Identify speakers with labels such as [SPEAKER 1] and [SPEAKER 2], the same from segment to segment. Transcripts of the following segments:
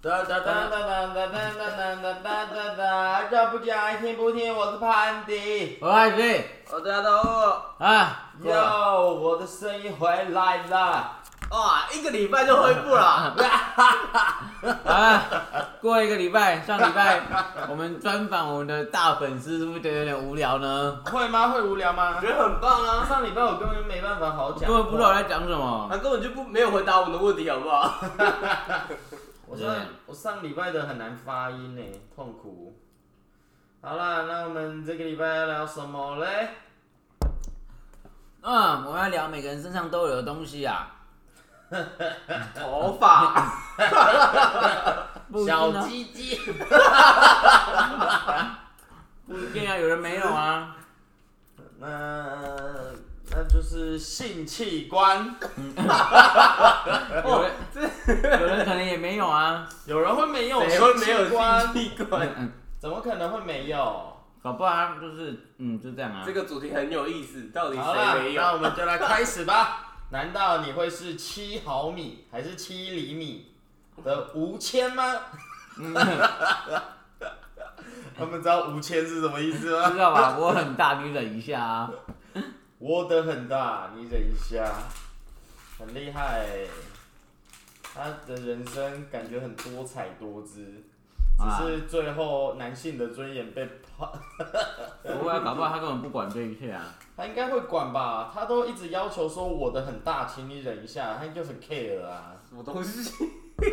[SPEAKER 1] 哒哒哒哒哒哒哒哒哒哒哒哒，这不讲爱听不听，我是潘迪。
[SPEAKER 2] 我爱飞
[SPEAKER 3] 我家的哦，
[SPEAKER 2] 啊，
[SPEAKER 1] 哟，我的声音回来了。
[SPEAKER 3] 哇，哦一个礼拜就恢复 了。
[SPEAKER 2] 啊，过一个礼拜，上礼拜 我们专访我们的大粉丝，是不是觉得有点无聊呢？
[SPEAKER 1] 会吗？会无聊吗
[SPEAKER 3] 我？觉得很棒啊，
[SPEAKER 1] 上礼拜我根本没办法好讲，
[SPEAKER 2] 根本不知道我在。讲什么。
[SPEAKER 3] 他根本就不没有回答我们的问题，好不好？
[SPEAKER 1] 我上我上礼拜的很难发音呢，痛苦。好啦，那我们这个礼拜要聊什么嘞？
[SPEAKER 2] 嗯，我们要聊每个人身上都有的东西啊。
[SPEAKER 3] 头 发，
[SPEAKER 2] 不一定
[SPEAKER 1] 小
[SPEAKER 2] 啊，
[SPEAKER 1] 鸡鸡。
[SPEAKER 2] 不一定啊，有人没有啊。
[SPEAKER 1] 那那就是性器官，
[SPEAKER 2] 有人，有人可能也没有 啊。
[SPEAKER 1] 有人会没有
[SPEAKER 3] 谁会没有
[SPEAKER 1] 性器官？
[SPEAKER 3] 性器
[SPEAKER 2] 嗯
[SPEAKER 3] 官？
[SPEAKER 2] 嗯，
[SPEAKER 1] 怎么可能会没有？
[SPEAKER 2] 搞不好他就是，嗯，就这样啊。
[SPEAKER 3] 这个主题很有意思，到底
[SPEAKER 1] 好啦
[SPEAKER 3] 谁没，
[SPEAKER 1] 那我
[SPEAKER 3] 有？
[SPEAKER 1] 们就来开始吧。难道你会是七毫米还是七厘米的无铅吗？
[SPEAKER 2] 嗯
[SPEAKER 1] 他们知道无铅是什么意思吗？
[SPEAKER 2] 知道吧？我很大，你忍一下 啊。
[SPEAKER 1] 我的很大，你忍一下，很厉害欸、他的人生感觉很多彩多姿，
[SPEAKER 2] 啊
[SPEAKER 1] 只是最后男性的尊严被抛。
[SPEAKER 2] 不会啊，搞不好他根本不管这一切啊。
[SPEAKER 1] 他应该会管吧？他都一直要求说我的很大，请你忍一下，他就很 care 啊。
[SPEAKER 3] 什么东西？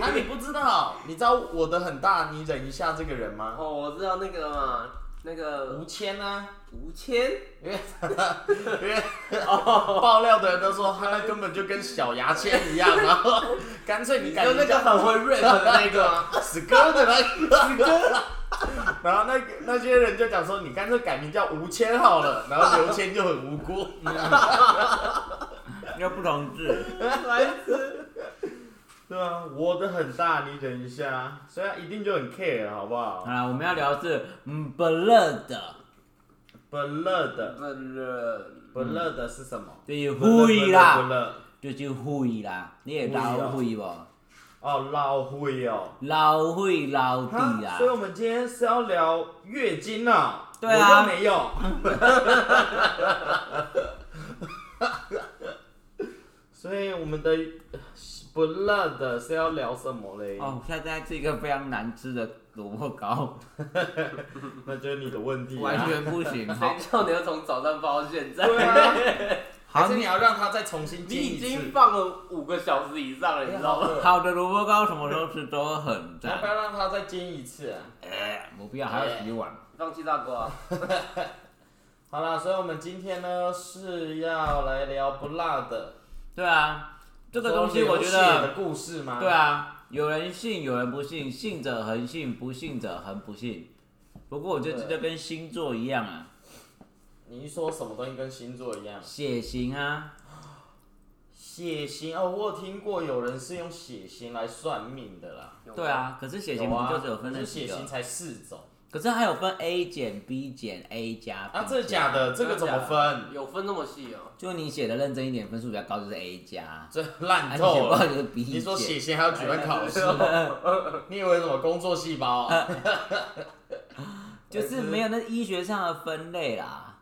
[SPEAKER 1] 啊，你不知道？你知道我的很大，你忍一下这个人吗？
[SPEAKER 3] 哦，我知道那个嘛，那个
[SPEAKER 1] 吴谦啊，
[SPEAKER 3] 吴谦，
[SPEAKER 1] 因为因为
[SPEAKER 3] 哦
[SPEAKER 1] 爆料的人都说他根本就跟小牙签一样，然后 干脆你
[SPEAKER 3] 你
[SPEAKER 1] 改
[SPEAKER 3] 说
[SPEAKER 1] 名
[SPEAKER 3] 那个
[SPEAKER 1] 叫
[SPEAKER 3] 很会 rap 的那个啊吗？
[SPEAKER 1] 死哥的那 个死哥。 然后那个那些人就讲说，你干脆改名叫吴谦好了。然后刘谦就很无 辜。
[SPEAKER 2] 又不同志，
[SPEAKER 3] 白痴，
[SPEAKER 1] 对啊，我的很大，你忍一下，所以他一定就很 care，好不好
[SPEAKER 2] 好？啊啦，我们要聊的是嗯不乐的，
[SPEAKER 1] 本乐的，
[SPEAKER 3] 本人
[SPEAKER 1] 本乐的是什么？
[SPEAKER 2] 就是灰啦，
[SPEAKER 1] 乐
[SPEAKER 2] 就是灰啦，你也老灰不？
[SPEAKER 1] 哦，老灰哦。
[SPEAKER 2] 老灰老弟
[SPEAKER 1] 哈
[SPEAKER 2] 啊
[SPEAKER 1] 所以，我们今天是要聊月经啊。
[SPEAKER 2] 对
[SPEAKER 1] 我
[SPEAKER 2] 啊
[SPEAKER 1] 又没有。所以我们的不乐的是要聊什么嘞？
[SPEAKER 2] 哦，我现在在吃一个非常难吃的萝卜糕，
[SPEAKER 1] 那就是你的问题、
[SPEAKER 2] 完
[SPEAKER 1] 啊。
[SPEAKER 2] 全不行。好
[SPEAKER 3] 谁，叫你要从早上包到现在？
[SPEAKER 1] 对啊， 还
[SPEAKER 2] 好
[SPEAKER 1] 是你要让他再重新
[SPEAKER 3] 你
[SPEAKER 1] 进一
[SPEAKER 3] 已
[SPEAKER 1] 次
[SPEAKER 3] 经放了五个小时以上了，你知道吗？
[SPEAKER 2] 好的萝卜糕什么时候吃都很
[SPEAKER 1] 要
[SPEAKER 2] 赞
[SPEAKER 1] 不。要让他再煎一次啊、
[SPEAKER 2] 哎我不要，还要洗碗。
[SPEAKER 3] 放弃大哥啊，
[SPEAKER 1] 好啦，所以我们今天呢是要来聊不辣的
[SPEAKER 2] 对啊，这个东西
[SPEAKER 1] 说
[SPEAKER 2] 我觉
[SPEAKER 1] 流血
[SPEAKER 2] 得，
[SPEAKER 1] 的故事吗？
[SPEAKER 2] 对，啊，有人信，有人不信，信者恒信，不信者恒不信。不过我觉得这就跟星座一样啊，
[SPEAKER 1] 你一说什么东西跟星座一样？
[SPEAKER 2] 血型啊。
[SPEAKER 1] 血型哦，我有听过有人是用血型来算命的啦。
[SPEAKER 2] 对，啊，可是血型
[SPEAKER 1] 有
[SPEAKER 2] 不
[SPEAKER 1] 啊，
[SPEAKER 2] 就是有分那
[SPEAKER 1] 可是
[SPEAKER 2] 几
[SPEAKER 1] 血
[SPEAKER 2] 个？
[SPEAKER 1] 型才四种
[SPEAKER 2] 可是还有分 A 减 B 减 A 加 B
[SPEAKER 1] 啊？真的假的？这个怎么
[SPEAKER 2] 啊
[SPEAKER 1] 分？
[SPEAKER 3] 有分那么细哦、
[SPEAKER 2] 就你写的认真一点，分数比较高就是 A 加，
[SPEAKER 1] 这烂
[SPEAKER 2] 啊，
[SPEAKER 1] 透
[SPEAKER 2] 你写不好
[SPEAKER 1] 了。
[SPEAKER 2] 就是 B
[SPEAKER 1] 你说血
[SPEAKER 2] 减。
[SPEAKER 1] 型还要举办考试？ 你以为什么工作细胞啊？
[SPEAKER 2] 就是没有那医学上的分类啦。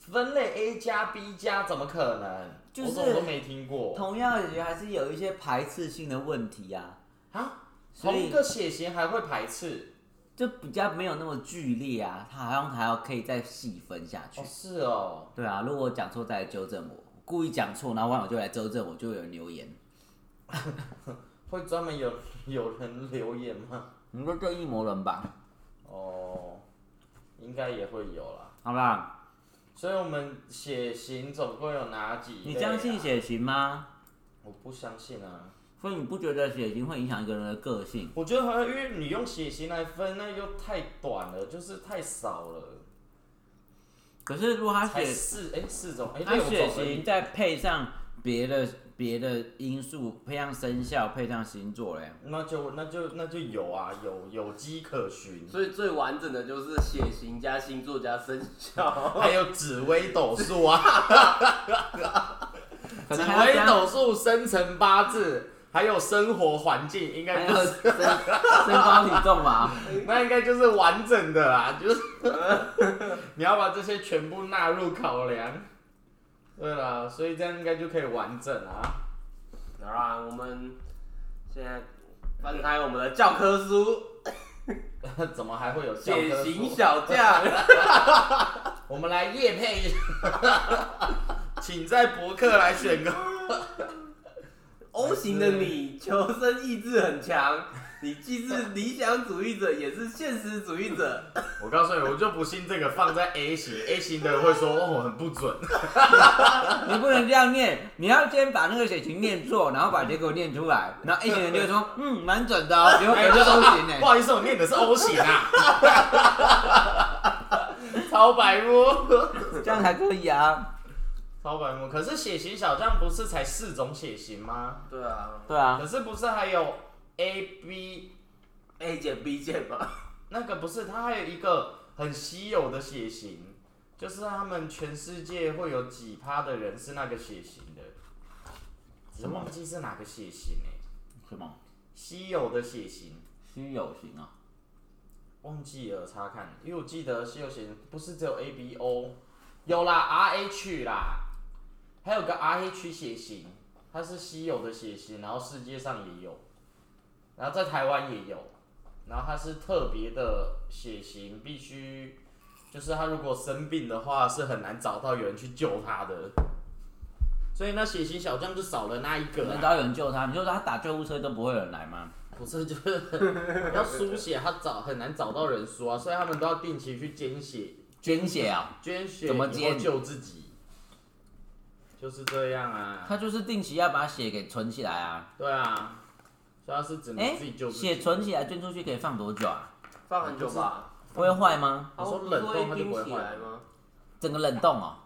[SPEAKER 1] 分类 A 加 B 加怎么可能？
[SPEAKER 2] 就是
[SPEAKER 1] 我怎么都没听过。
[SPEAKER 2] 同样，也还是有一些排斥性的问题啊，
[SPEAKER 1] 啊，
[SPEAKER 2] 所
[SPEAKER 1] 同
[SPEAKER 2] 以
[SPEAKER 1] 一个血型还会排斥？
[SPEAKER 2] 就比较没有那么剧烈啊，它好像还要可以再细分下去
[SPEAKER 1] 哦，。是哦，
[SPEAKER 2] 对啊，如果我讲错再来纠正我，故意讲错，然后网友就来纠正我，就会有人留言。
[SPEAKER 1] 会专门有有人留言吗？
[SPEAKER 2] 你说正义魔人吧？
[SPEAKER 1] 哦，应该也会有啦。
[SPEAKER 2] 好吧，
[SPEAKER 1] 所以我们血型总共有哪几、啊
[SPEAKER 2] 你相信？血型吗？
[SPEAKER 1] 我不相信啊。
[SPEAKER 2] 所以你不觉得血型会影响一个人的个性？
[SPEAKER 1] 我觉得好像因为你用血型来分，那又太短了，就是太少了，
[SPEAKER 2] 可是如果他
[SPEAKER 1] 才
[SPEAKER 2] 啊血
[SPEAKER 1] 四哎、四种哎、
[SPEAKER 2] 他
[SPEAKER 1] 六
[SPEAKER 2] 血
[SPEAKER 1] 种而
[SPEAKER 2] 型
[SPEAKER 1] 已。
[SPEAKER 2] 再配上别的别的因素，配上生肖，配上星座嘞，
[SPEAKER 1] 那就那就那就有啊，有有迹可循，
[SPEAKER 3] 所以最完整的就是血型加星座加生
[SPEAKER 2] 哦
[SPEAKER 3] 肖。
[SPEAKER 1] 还有紫微斗数啊，
[SPEAKER 2] 可
[SPEAKER 1] 紫
[SPEAKER 2] 能还要
[SPEAKER 1] 微
[SPEAKER 2] 加
[SPEAKER 1] 斗数生辰八字，还有生活环境，应
[SPEAKER 3] 还
[SPEAKER 1] 该
[SPEAKER 3] 有
[SPEAKER 1] 不 是，
[SPEAKER 3] 身身高体重嘛，
[SPEAKER 1] 那应该就是完整的 啦，就是 你要把这些全部纳入考量。对啦，所以这样应该就可以完整啊。
[SPEAKER 3] 好啦，我们现在翻开我们的教科书，
[SPEAKER 1] 怎么还会有教科
[SPEAKER 3] 血
[SPEAKER 1] 书
[SPEAKER 3] 型小将，
[SPEAKER 1] 我们来夜配一下， 请在博客来选购。
[SPEAKER 3] O 型的你求生意志很强，你既是理想主义者，也是现实主义者。
[SPEAKER 1] 我告诉你，我就不信这个放在 A 型，A 型的会说哦很不 准。
[SPEAKER 2] 你不能这样念，你要先把那个血型念错，然后把结果念出来，然后一群人就会说，嗯，蛮准的哦，结果可
[SPEAKER 1] 哎
[SPEAKER 2] 能就收行
[SPEAKER 1] 不
[SPEAKER 2] 呢。
[SPEAKER 1] 好意思，我念的是 O 型啊， 超白目，
[SPEAKER 2] 这样才可以啊。
[SPEAKER 1] 超白目。可是血型小将不是才四种血型吗？
[SPEAKER 3] 对啊
[SPEAKER 2] 对啊，
[SPEAKER 1] 可是不是还有 A、B
[SPEAKER 3] ，A 减 B 减嘛，
[SPEAKER 1] 那个不是？它还有一个很稀有的血型，就是他们全世界会有几趴的人是那个血型的，只是忘记是哪个血型哎、
[SPEAKER 2] 什么
[SPEAKER 1] 稀有的血型。
[SPEAKER 2] 稀有型啊？
[SPEAKER 1] 忘记了，查看，因为我记得稀有型不是只有 A B O，有啦 R H 啦，还有个 R H 血型，它是稀有的血型，然后世界上也有，然后在台湾也有，然后它是特别的血型，必须就是他如果生病的话是很难找到有人去救他的，所以那血型小将就少了那一
[SPEAKER 2] 可
[SPEAKER 1] 个
[SPEAKER 2] 能
[SPEAKER 1] 啦
[SPEAKER 2] 只要有人救他，你就说他打救护车都不会有人来吗？
[SPEAKER 1] 不是，就是很要输血，他找很难找到人输啊，所以他们都要定期去捐血，
[SPEAKER 2] 捐血啊，
[SPEAKER 1] 捐血
[SPEAKER 2] 怎么
[SPEAKER 1] 以后
[SPEAKER 2] 捐
[SPEAKER 1] 救自己，就是这样啊。
[SPEAKER 2] 他就是定期要把血给存起来啊。
[SPEAKER 1] 对啊，所以他是只能
[SPEAKER 2] 哎
[SPEAKER 1] 自己救，自己。
[SPEAKER 2] 血存起来捐出去可以放多久啊？
[SPEAKER 3] 放很久吧？
[SPEAKER 2] 不会坏吗？
[SPEAKER 3] 哦
[SPEAKER 1] 你说冷冻它就不
[SPEAKER 3] 冰
[SPEAKER 1] 会
[SPEAKER 3] 起
[SPEAKER 1] 坏
[SPEAKER 3] 来吗？
[SPEAKER 2] 整个冷冻哦，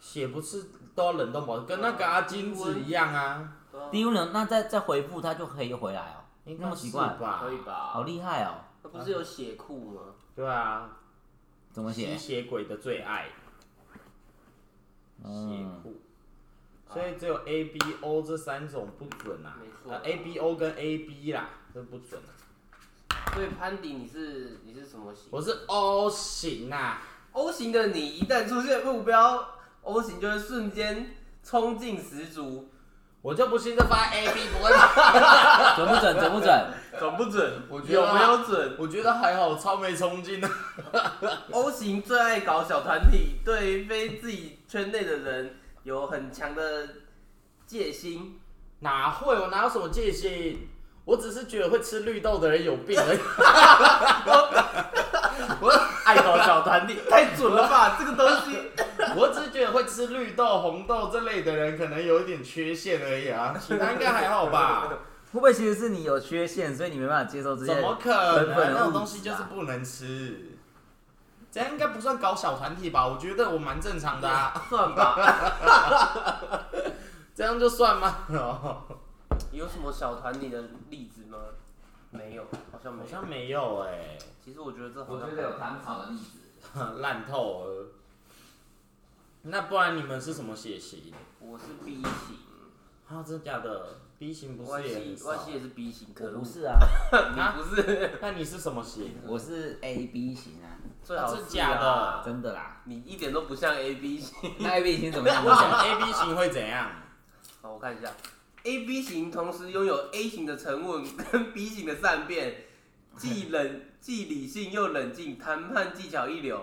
[SPEAKER 1] 血不是都要冷冻保，跟那个阿金子一样啊，
[SPEAKER 3] 对啊
[SPEAKER 2] 低温冷，那再再回复它就可以回来哦，
[SPEAKER 1] 应
[SPEAKER 2] 那
[SPEAKER 1] 该
[SPEAKER 2] 么
[SPEAKER 1] 是
[SPEAKER 2] 奇怪，
[SPEAKER 1] 吧
[SPEAKER 3] 可？以吧？
[SPEAKER 2] 好厉害哦！
[SPEAKER 3] 它不是有血库吗？
[SPEAKER 1] 对啊，
[SPEAKER 2] 怎么
[SPEAKER 1] 吸
[SPEAKER 2] 写？
[SPEAKER 1] 血鬼的最爱，血
[SPEAKER 2] 嗯，
[SPEAKER 1] 库。所以只有 A、B、O 这三种不准啊，
[SPEAKER 3] 没错
[SPEAKER 1] ，A、B、O 跟 A、B 啦，这不准啊。
[SPEAKER 3] 所以潘迪，你是你是什么型
[SPEAKER 1] 我是 O 型啊，
[SPEAKER 3] ？O 型的你一旦出现目标，O 型就会瞬间冲劲十足，
[SPEAKER 1] 我就不信这发 A B 不会。
[SPEAKER 2] 准不 准？准不准？
[SPEAKER 3] 准不准？
[SPEAKER 1] 我觉得
[SPEAKER 3] 有没有准
[SPEAKER 1] 我觉得还好，超没冲劲的。
[SPEAKER 3] ？O 型最爱搞小团体，对于非自己圈内的人有很强的戒心。
[SPEAKER 1] 哪会？我哪有什么戒心？我只是觉得会吃绿豆的人有病而已。 我
[SPEAKER 3] 爱搞小团体，太准了 吧？这个东西，
[SPEAKER 1] 我只是觉得会吃绿豆、红豆这类的人可能有一点缺陷而已啊，其他应该还好吧？
[SPEAKER 2] 会不会其实是你有缺陷，所以你没办法接受这些？
[SPEAKER 1] 怎么可能？
[SPEAKER 2] 本本
[SPEAKER 1] 那
[SPEAKER 2] 的物
[SPEAKER 1] 种东
[SPEAKER 2] 质啊
[SPEAKER 1] 西就是不能吃。这样应该不算搞小团体吧？我觉得我蛮正常的 啊，
[SPEAKER 3] 算吧。
[SPEAKER 1] 这样就算 吗？哦
[SPEAKER 3] 有什么小团体的例子吗？没有，好像没
[SPEAKER 1] 好
[SPEAKER 3] 有。
[SPEAKER 1] 像没有哎、
[SPEAKER 3] 其实我觉得这好像
[SPEAKER 2] 参考的例子。
[SPEAKER 1] 烂透了。那不然你们是什么血型？
[SPEAKER 3] 我是 B 型，
[SPEAKER 1] 啊，真的假的？B 型不
[SPEAKER 3] 外
[SPEAKER 1] 是也
[SPEAKER 3] 系
[SPEAKER 1] 很少
[SPEAKER 3] 外？系也是 B 型，可
[SPEAKER 2] 我
[SPEAKER 3] 恶
[SPEAKER 2] 不，是啊，
[SPEAKER 3] 你不是，
[SPEAKER 1] 那你是什么型？
[SPEAKER 2] 我是 A B 型啊，
[SPEAKER 3] 最好
[SPEAKER 1] 啊
[SPEAKER 3] 是
[SPEAKER 1] 是假啊的
[SPEAKER 3] 啊，
[SPEAKER 2] 真 的啦。
[SPEAKER 3] 你一点都不像 A B 型。
[SPEAKER 2] 那 A B 型怎么样？
[SPEAKER 1] 我想 A B 型会怎样？
[SPEAKER 3] 好，我看一下，A B 型同时拥有 A 型的沉稳跟 B 型的善变，既 冷既理性又冷静，谈判技巧一流。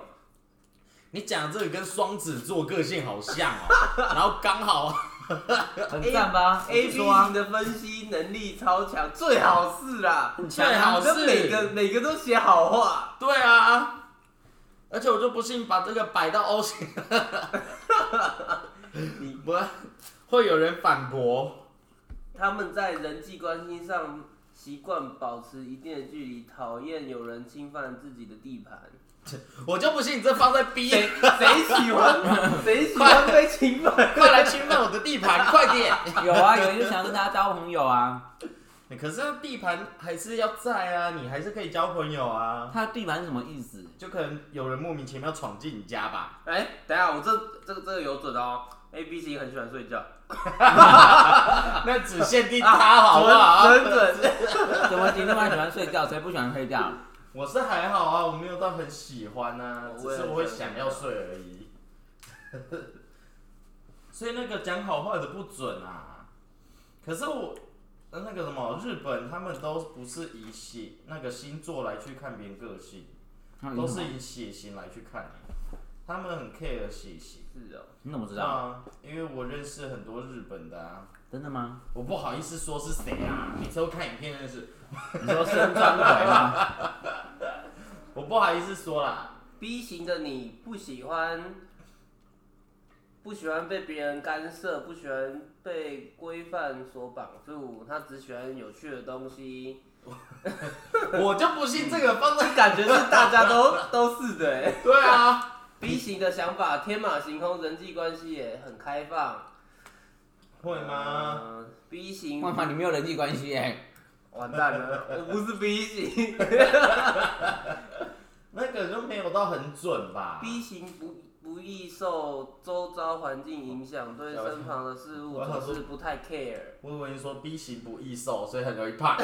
[SPEAKER 1] 你讲这个跟双子座个性好像 哦，然后刚好
[SPEAKER 2] 很赞吧
[SPEAKER 3] A
[SPEAKER 2] 我
[SPEAKER 3] B
[SPEAKER 2] 就说啊
[SPEAKER 3] 型的分析能力超强，最好是啦，
[SPEAKER 1] 强啊
[SPEAKER 3] 跟每个每个都写好话，
[SPEAKER 1] 对啊，而且我就不信把这个摆到 O 型，你不会有人反驳？
[SPEAKER 3] 他们在人际关系上习惯保持一定的距离，讨厌有人侵犯自己的地盘。
[SPEAKER 1] 我就不信你这放在 B，
[SPEAKER 3] 谁谁喜 欢谁喜欢被侵犯？
[SPEAKER 1] 快来侵犯我的地盘，快点！
[SPEAKER 2] 有啊，有就想跟大家交朋友啊。
[SPEAKER 1] 欸可是地盘还是要在啊，你还是可以交朋友啊。
[SPEAKER 2] 他的地盘是什么意思？
[SPEAKER 1] 就可能有人莫名其妙闯进你家吧？
[SPEAKER 3] 哎、等一下，我这这个这个有准哦。 A B 型很喜欢睡觉，
[SPEAKER 1] 那只限定
[SPEAKER 3] 啊
[SPEAKER 1] 他好不好？
[SPEAKER 3] 准准准，
[SPEAKER 2] 怎么你那么喜欢睡觉？谁不喜欢睡觉？
[SPEAKER 1] 我是还好啊，我没有到很喜欢呐、啊，
[SPEAKER 3] 哦
[SPEAKER 1] 只
[SPEAKER 3] 我也
[SPEAKER 1] 是
[SPEAKER 3] 很
[SPEAKER 1] 我会想要睡而已。 所以那个讲好坏的不准啊。可是我呃那个什么日本，他们都不是以血那个星座来去看别人个性，都是以血型来去看的，他们很 care 血型。
[SPEAKER 3] 是哦，
[SPEAKER 2] 你怎么知道？
[SPEAKER 1] 啊，因为我认识很多日本的啊，
[SPEAKER 2] 真的吗？
[SPEAKER 1] 我不好意思说是谁啊，每次都看影片认识，
[SPEAKER 2] 你说身穿鬼吗？
[SPEAKER 1] 我不好意思说啦。
[SPEAKER 3] B 型的你不喜欢，不喜欢被别人干涉，不喜欢被规范所绑住，他只喜欢有趣的东西。
[SPEAKER 1] 我就不信这个 放在
[SPEAKER 3] 感觉是大家都都是的、欸。
[SPEAKER 1] 对啊。
[SPEAKER 3] B 型的想法天马行空，人际关系也很开放。
[SPEAKER 1] 会吗？
[SPEAKER 3] 呃？B 型
[SPEAKER 2] 妈妈，你没有人际关系哎、
[SPEAKER 3] 完蛋了，我不是 B 型
[SPEAKER 1] 那个就没有到很准吧。
[SPEAKER 3] ，B 型不不易受周遭环境影响，对身旁的事物总是不太 care。
[SPEAKER 1] 我以为你说 B 型不易瘦，所以很容易胖。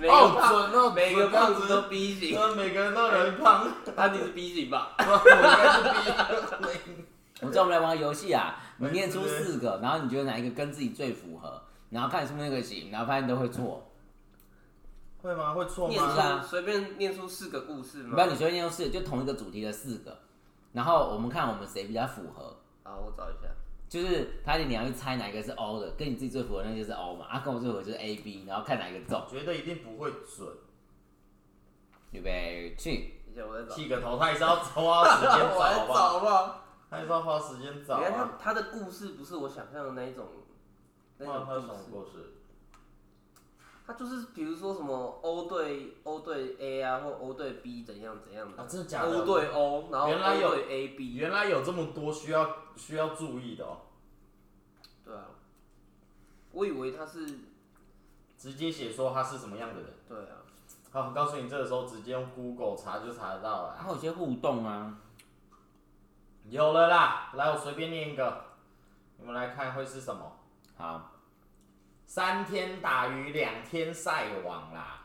[SPEAKER 3] 每个
[SPEAKER 1] 哦准哦
[SPEAKER 3] 每个
[SPEAKER 1] 准这样
[SPEAKER 3] 胖子
[SPEAKER 1] 子
[SPEAKER 3] 都 B 型，
[SPEAKER 1] 那每个人都容易胖，
[SPEAKER 3] 啊，你是 B 型吧？
[SPEAKER 1] 我应该是 B 型。
[SPEAKER 2] 我知道我们来玩个游戏啊，你念出
[SPEAKER 1] 对对对
[SPEAKER 2] 四个，然后你觉得哪一个跟自己最符合，然后看是不是那个型，然后发现都会错。
[SPEAKER 1] 会吗？会错
[SPEAKER 3] 念
[SPEAKER 2] 是
[SPEAKER 1] 吗？
[SPEAKER 2] 啊
[SPEAKER 3] 出随便念出四个故事
[SPEAKER 2] 不要
[SPEAKER 3] 吗？
[SPEAKER 2] 你随便念出四个，就同一个主题的四个，然后我们看我们谁比较符合。
[SPEAKER 3] 好，我找一下。
[SPEAKER 2] 就是他你要去猜哪一个是 O 的，跟你自己最符合的那就是 O 嘛，啊，跟我最符合就是 A B，然后看哪一个中。
[SPEAKER 1] 觉得一定不会准。
[SPEAKER 2] 预备去，
[SPEAKER 3] 等一下，我在找。
[SPEAKER 1] 剃个头，他也是要花时间 找，
[SPEAKER 3] 我在
[SPEAKER 1] 好不好？
[SPEAKER 3] 找吧。
[SPEAKER 1] 他也是要花时间找
[SPEAKER 3] 你看
[SPEAKER 1] 啊。
[SPEAKER 3] 他他的故事不是我想象的那一种，那
[SPEAKER 1] 哇，他有什
[SPEAKER 3] 种
[SPEAKER 1] 么
[SPEAKER 3] 故事。
[SPEAKER 1] 故事？
[SPEAKER 3] 他就是比如说什么 O 对 O 对 A 啊，或 O 对 B 怎样怎样的。
[SPEAKER 1] 啊，真的假
[SPEAKER 3] O
[SPEAKER 1] 的？
[SPEAKER 3] 对 O，然后
[SPEAKER 1] 原来有
[SPEAKER 3] O 对 A B。
[SPEAKER 1] 原来有这么多需要需要注意的哦。
[SPEAKER 3] 对啊。我以为他是
[SPEAKER 1] 直接写说他是什么样的人。
[SPEAKER 3] 对啊，
[SPEAKER 1] 好，我告诉你，这个时候直接用 Google 查就查得到了
[SPEAKER 2] 然
[SPEAKER 1] 啊。
[SPEAKER 2] 后有些互动啊，
[SPEAKER 1] 有了啦，来，我随便念一个，你们来看会是什么？
[SPEAKER 2] 好，
[SPEAKER 1] 三天打鱼两天晒网啦。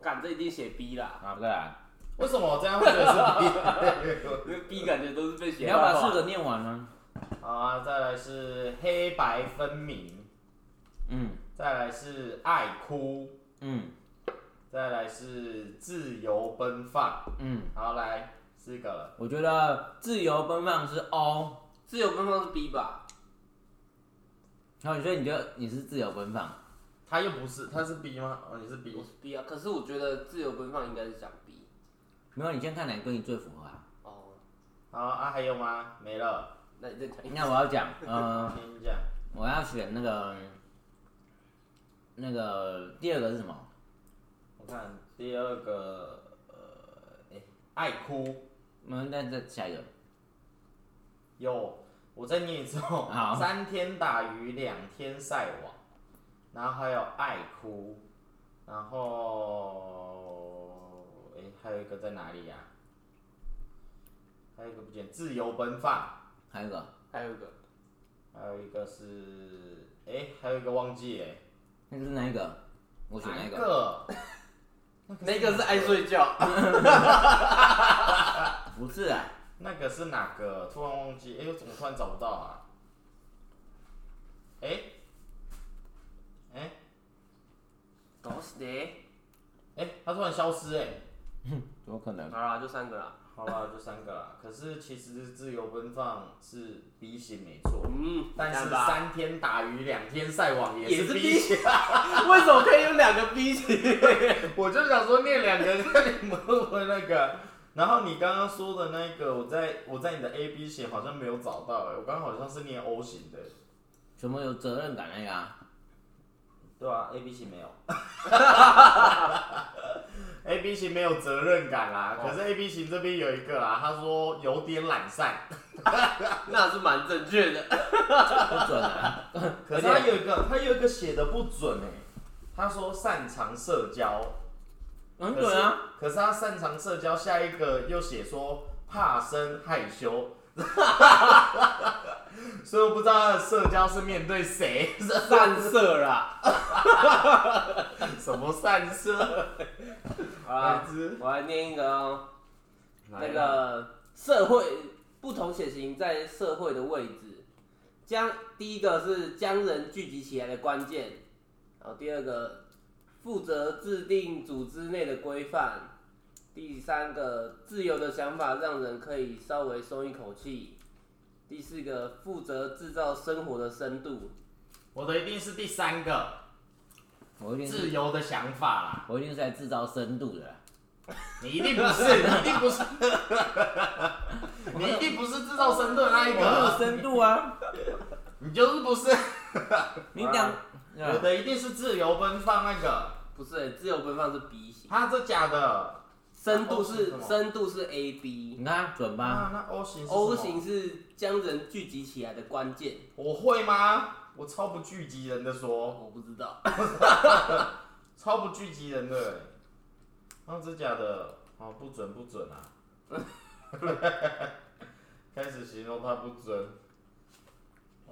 [SPEAKER 3] 感这一定写 B 啦，
[SPEAKER 2] 啊不对啊，
[SPEAKER 1] 为什么我这样会觉得是
[SPEAKER 3] 因为 B 感觉都是被
[SPEAKER 2] 你
[SPEAKER 3] 写
[SPEAKER 2] 要把
[SPEAKER 3] 到
[SPEAKER 2] 四
[SPEAKER 3] 吧。
[SPEAKER 2] 个念完呢、
[SPEAKER 1] 好 啊，再来是黑白分明，
[SPEAKER 2] 嗯
[SPEAKER 1] 再来是爱哭，
[SPEAKER 2] 嗯
[SPEAKER 1] 再来是自由奔放。
[SPEAKER 2] 嗯，
[SPEAKER 1] 好，来四个了，
[SPEAKER 2] 我觉得自由奔放是 O，
[SPEAKER 3] 自由奔放是 B 吧？
[SPEAKER 2] 然后所以你觉得你是自由奔放，
[SPEAKER 1] 他又不是，他是 B 吗？哦，你是 B
[SPEAKER 3] 我。是 B 啊，可是我觉得自由奔放应该是讲 B。
[SPEAKER 2] 没有，你先看哪个跟你最符合啊？
[SPEAKER 3] 哦，
[SPEAKER 1] 好啊，还有吗？没了。
[SPEAKER 3] 那你再讲一
[SPEAKER 2] 那我要讲，呃，
[SPEAKER 1] 听你讲，
[SPEAKER 2] 我要选那个那个第二个是什么？
[SPEAKER 1] 我看第二个，呃，哎，爱哭。
[SPEAKER 2] 嗯，那再下一个，
[SPEAKER 1] 有，我再念一次哦
[SPEAKER 2] 好。
[SPEAKER 1] 三天打鱼两天晒网，然后还有爱哭，然后诶，还有一个在哪里呀、还有一个不见，自由奔放，
[SPEAKER 2] 还有一个
[SPEAKER 3] 还有一个
[SPEAKER 1] 还有一个是诶，还有一个忘记诶，
[SPEAKER 2] 那个是哪一个？我选哪
[SPEAKER 1] 哪
[SPEAKER 2] 一
[SPEAKER 1] 一
[SPEAKER 2] 个？
[SPEAKER 1] 个？
[SPEAKER 3] 那个是爱睡觉，
[SPEAKER 2] 不是啊，
[SPEAKER 1] 那个是哪个？突然忘记，诶，我怎么突然找不到啊？诶，诶，
[SPEAKER 3] 搞死的。
[SPEAKER 1] 诶，他突然消失诶。
[SPEAKER 2] 怎么可能？
[SPEAKER 3] 好啦，就三个啦。
[SPEAKER 1] 好啦，就三个啦。可是其实自由奔放是 B 型没错，
[SPEAKER 3] 嗯，
[SPEAKER 1] 但是
[SPEAKER 3] 这样吧
[SPEAKER 1] 三天打鱼两天晒网也
[SPEAKER 3] 也是
[SPEAKER 1] B 型。
[SPEAKER 3] 为什么可以有两个 B 型？
[SPEAKER 1] 我就想说 念两个，看你们会不会那个。然后你刚刚说的那个，我在我在你的 A B 型好像没有找到、欸，我刚刚好像是念 O 型的、
[SPEAKER 2] 什么有责任感那个啊？
[SPEAKER 1] 对啊，A B 型没有 ，A B 型没有责任感啦。可是 A B 型这边有一个啦，他说有点懒散，
[SPEAKER 3] 那是蛮正确的。
[SPEAKER 2] 不准啊！
[SPEAKER 1] 可是他有一个，他有一个写的不准哎、他说擅长社交，
[SPEAKER 2] 很准啊！
[SPEAKER 1] 可是他擅长社交，下一个又写说怕生害羞， 所以我不知道他的社交是面对谁，
[SPEAKER 2] 散射啦。
[SPEAKER 1] 什么善社，
[SPEAKER 3] 好
[SPEAKER 2] 啊
[SPEAKER 3] 啦
[SPEAKER 1] 白痴，
[SPEAKER 3] 我来念一个哦，那
[SPEAKER 1] 来啦
[SPEAKER 3] 个社会不同血型在社会的位置，将第一个是将人聚集起来的关键，然后第二个负责制定组织内的规范，第三个自由的想法让人可以稍微松一口气，第四个负责制造生活的深度，
[SPEAKER 1] 我的一定是第三个
[SPEAKER 2] 我一定
[SPEAKER 1] 自
[SPEAKER 2] 是，
[SPEAKER 1] 由的想法 啦，
[SPEAKER 2] 我一定是来制造深度的啦。啊
[SPEAKER 1] 你一定不是，你一定不是， 你一定不是制造深度的那一
[SPEAKER 2] 我有
[SPEAKER 1] 个，
[SPEAKER 2] 深度啊！
[SPEAKER 1] 你就 是不是，
[SPEAKER 2] 你讲，
[SPEAKER 3] 啊
[SPEAKER 2] 啊
[SPEAKER 1] 我的一定是自由奔放那个，
[SPEAKER 3] 不是、自由奔放是 B 型，
[SPEAKER 1] 他这假的，
[SPEAKER 3] 深度
[SPEAKER 1] 啊，O 型是
[SPEAKER 3] 是
[SPEAKER 1] 什么
[SPEAKER 3] 深度是 A B。
[SPEAKER 2] 你看准吧？
[SPEAKER 1] 啊，那 O 型是什么
[SPEAKER 3] O 型是将人聚集起来的关键，
[SPEAKER 1] 我会吗？我超不聚集人的说，
[SPEAKER 3] 我不知道。
[SPEAKER 1] 超不聚集人的、欸，啊，这假的，哦，不准不准啊！ 开始形容他不准。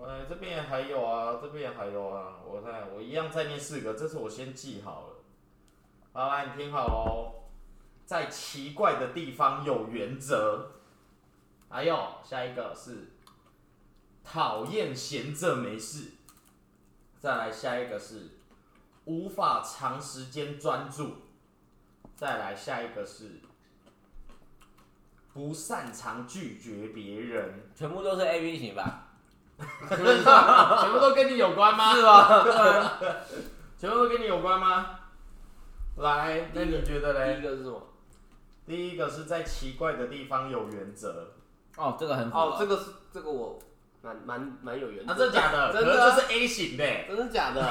[SPEAKER 1] 哎、这边还有啊，这边还有啊，我看我一样再念四个，这次我先记好了。好来，你听好喽，在奇怪的地方有原则。还有下一个是讨厌闲着没事，再来下一个是无法长时间专注。再来下一个是不擅长拒绝别人，
[SPEAKER 2] 全部都是 A B 型吧？
[SPEAKER 1] 全部都跟你有关吗？
[SPEAKER 2] 是
[SPEAKER 1] 啊
[SPEAKER 2] 吧？
[SPEAKER 1] 全部都跟你有关吗？来，那你觉得
[SPEAKER 3] 第一
[SPEAKER 1] 嘞？
[SPEAKER 3] 个是什么？
[SPEAKER 1] 第一个是在奇怪的地方有原则，
[SPEAKER 2] 哦，这个很符
[SPEAKER 3] 哦，这
[SPEAKER 2] 合。
[SPEAKER 3] 个是这个我蛮蛮蛮有缘
[SPEAKER 1] 啊，真的假的？
[SPEAKER 3] 真的
[SPEAKER 1] 可
[SPEAKER 3] 啊
[SPEAKER 1] 是这是 A 型的欸，
[SPEAKER 3] 真的假的？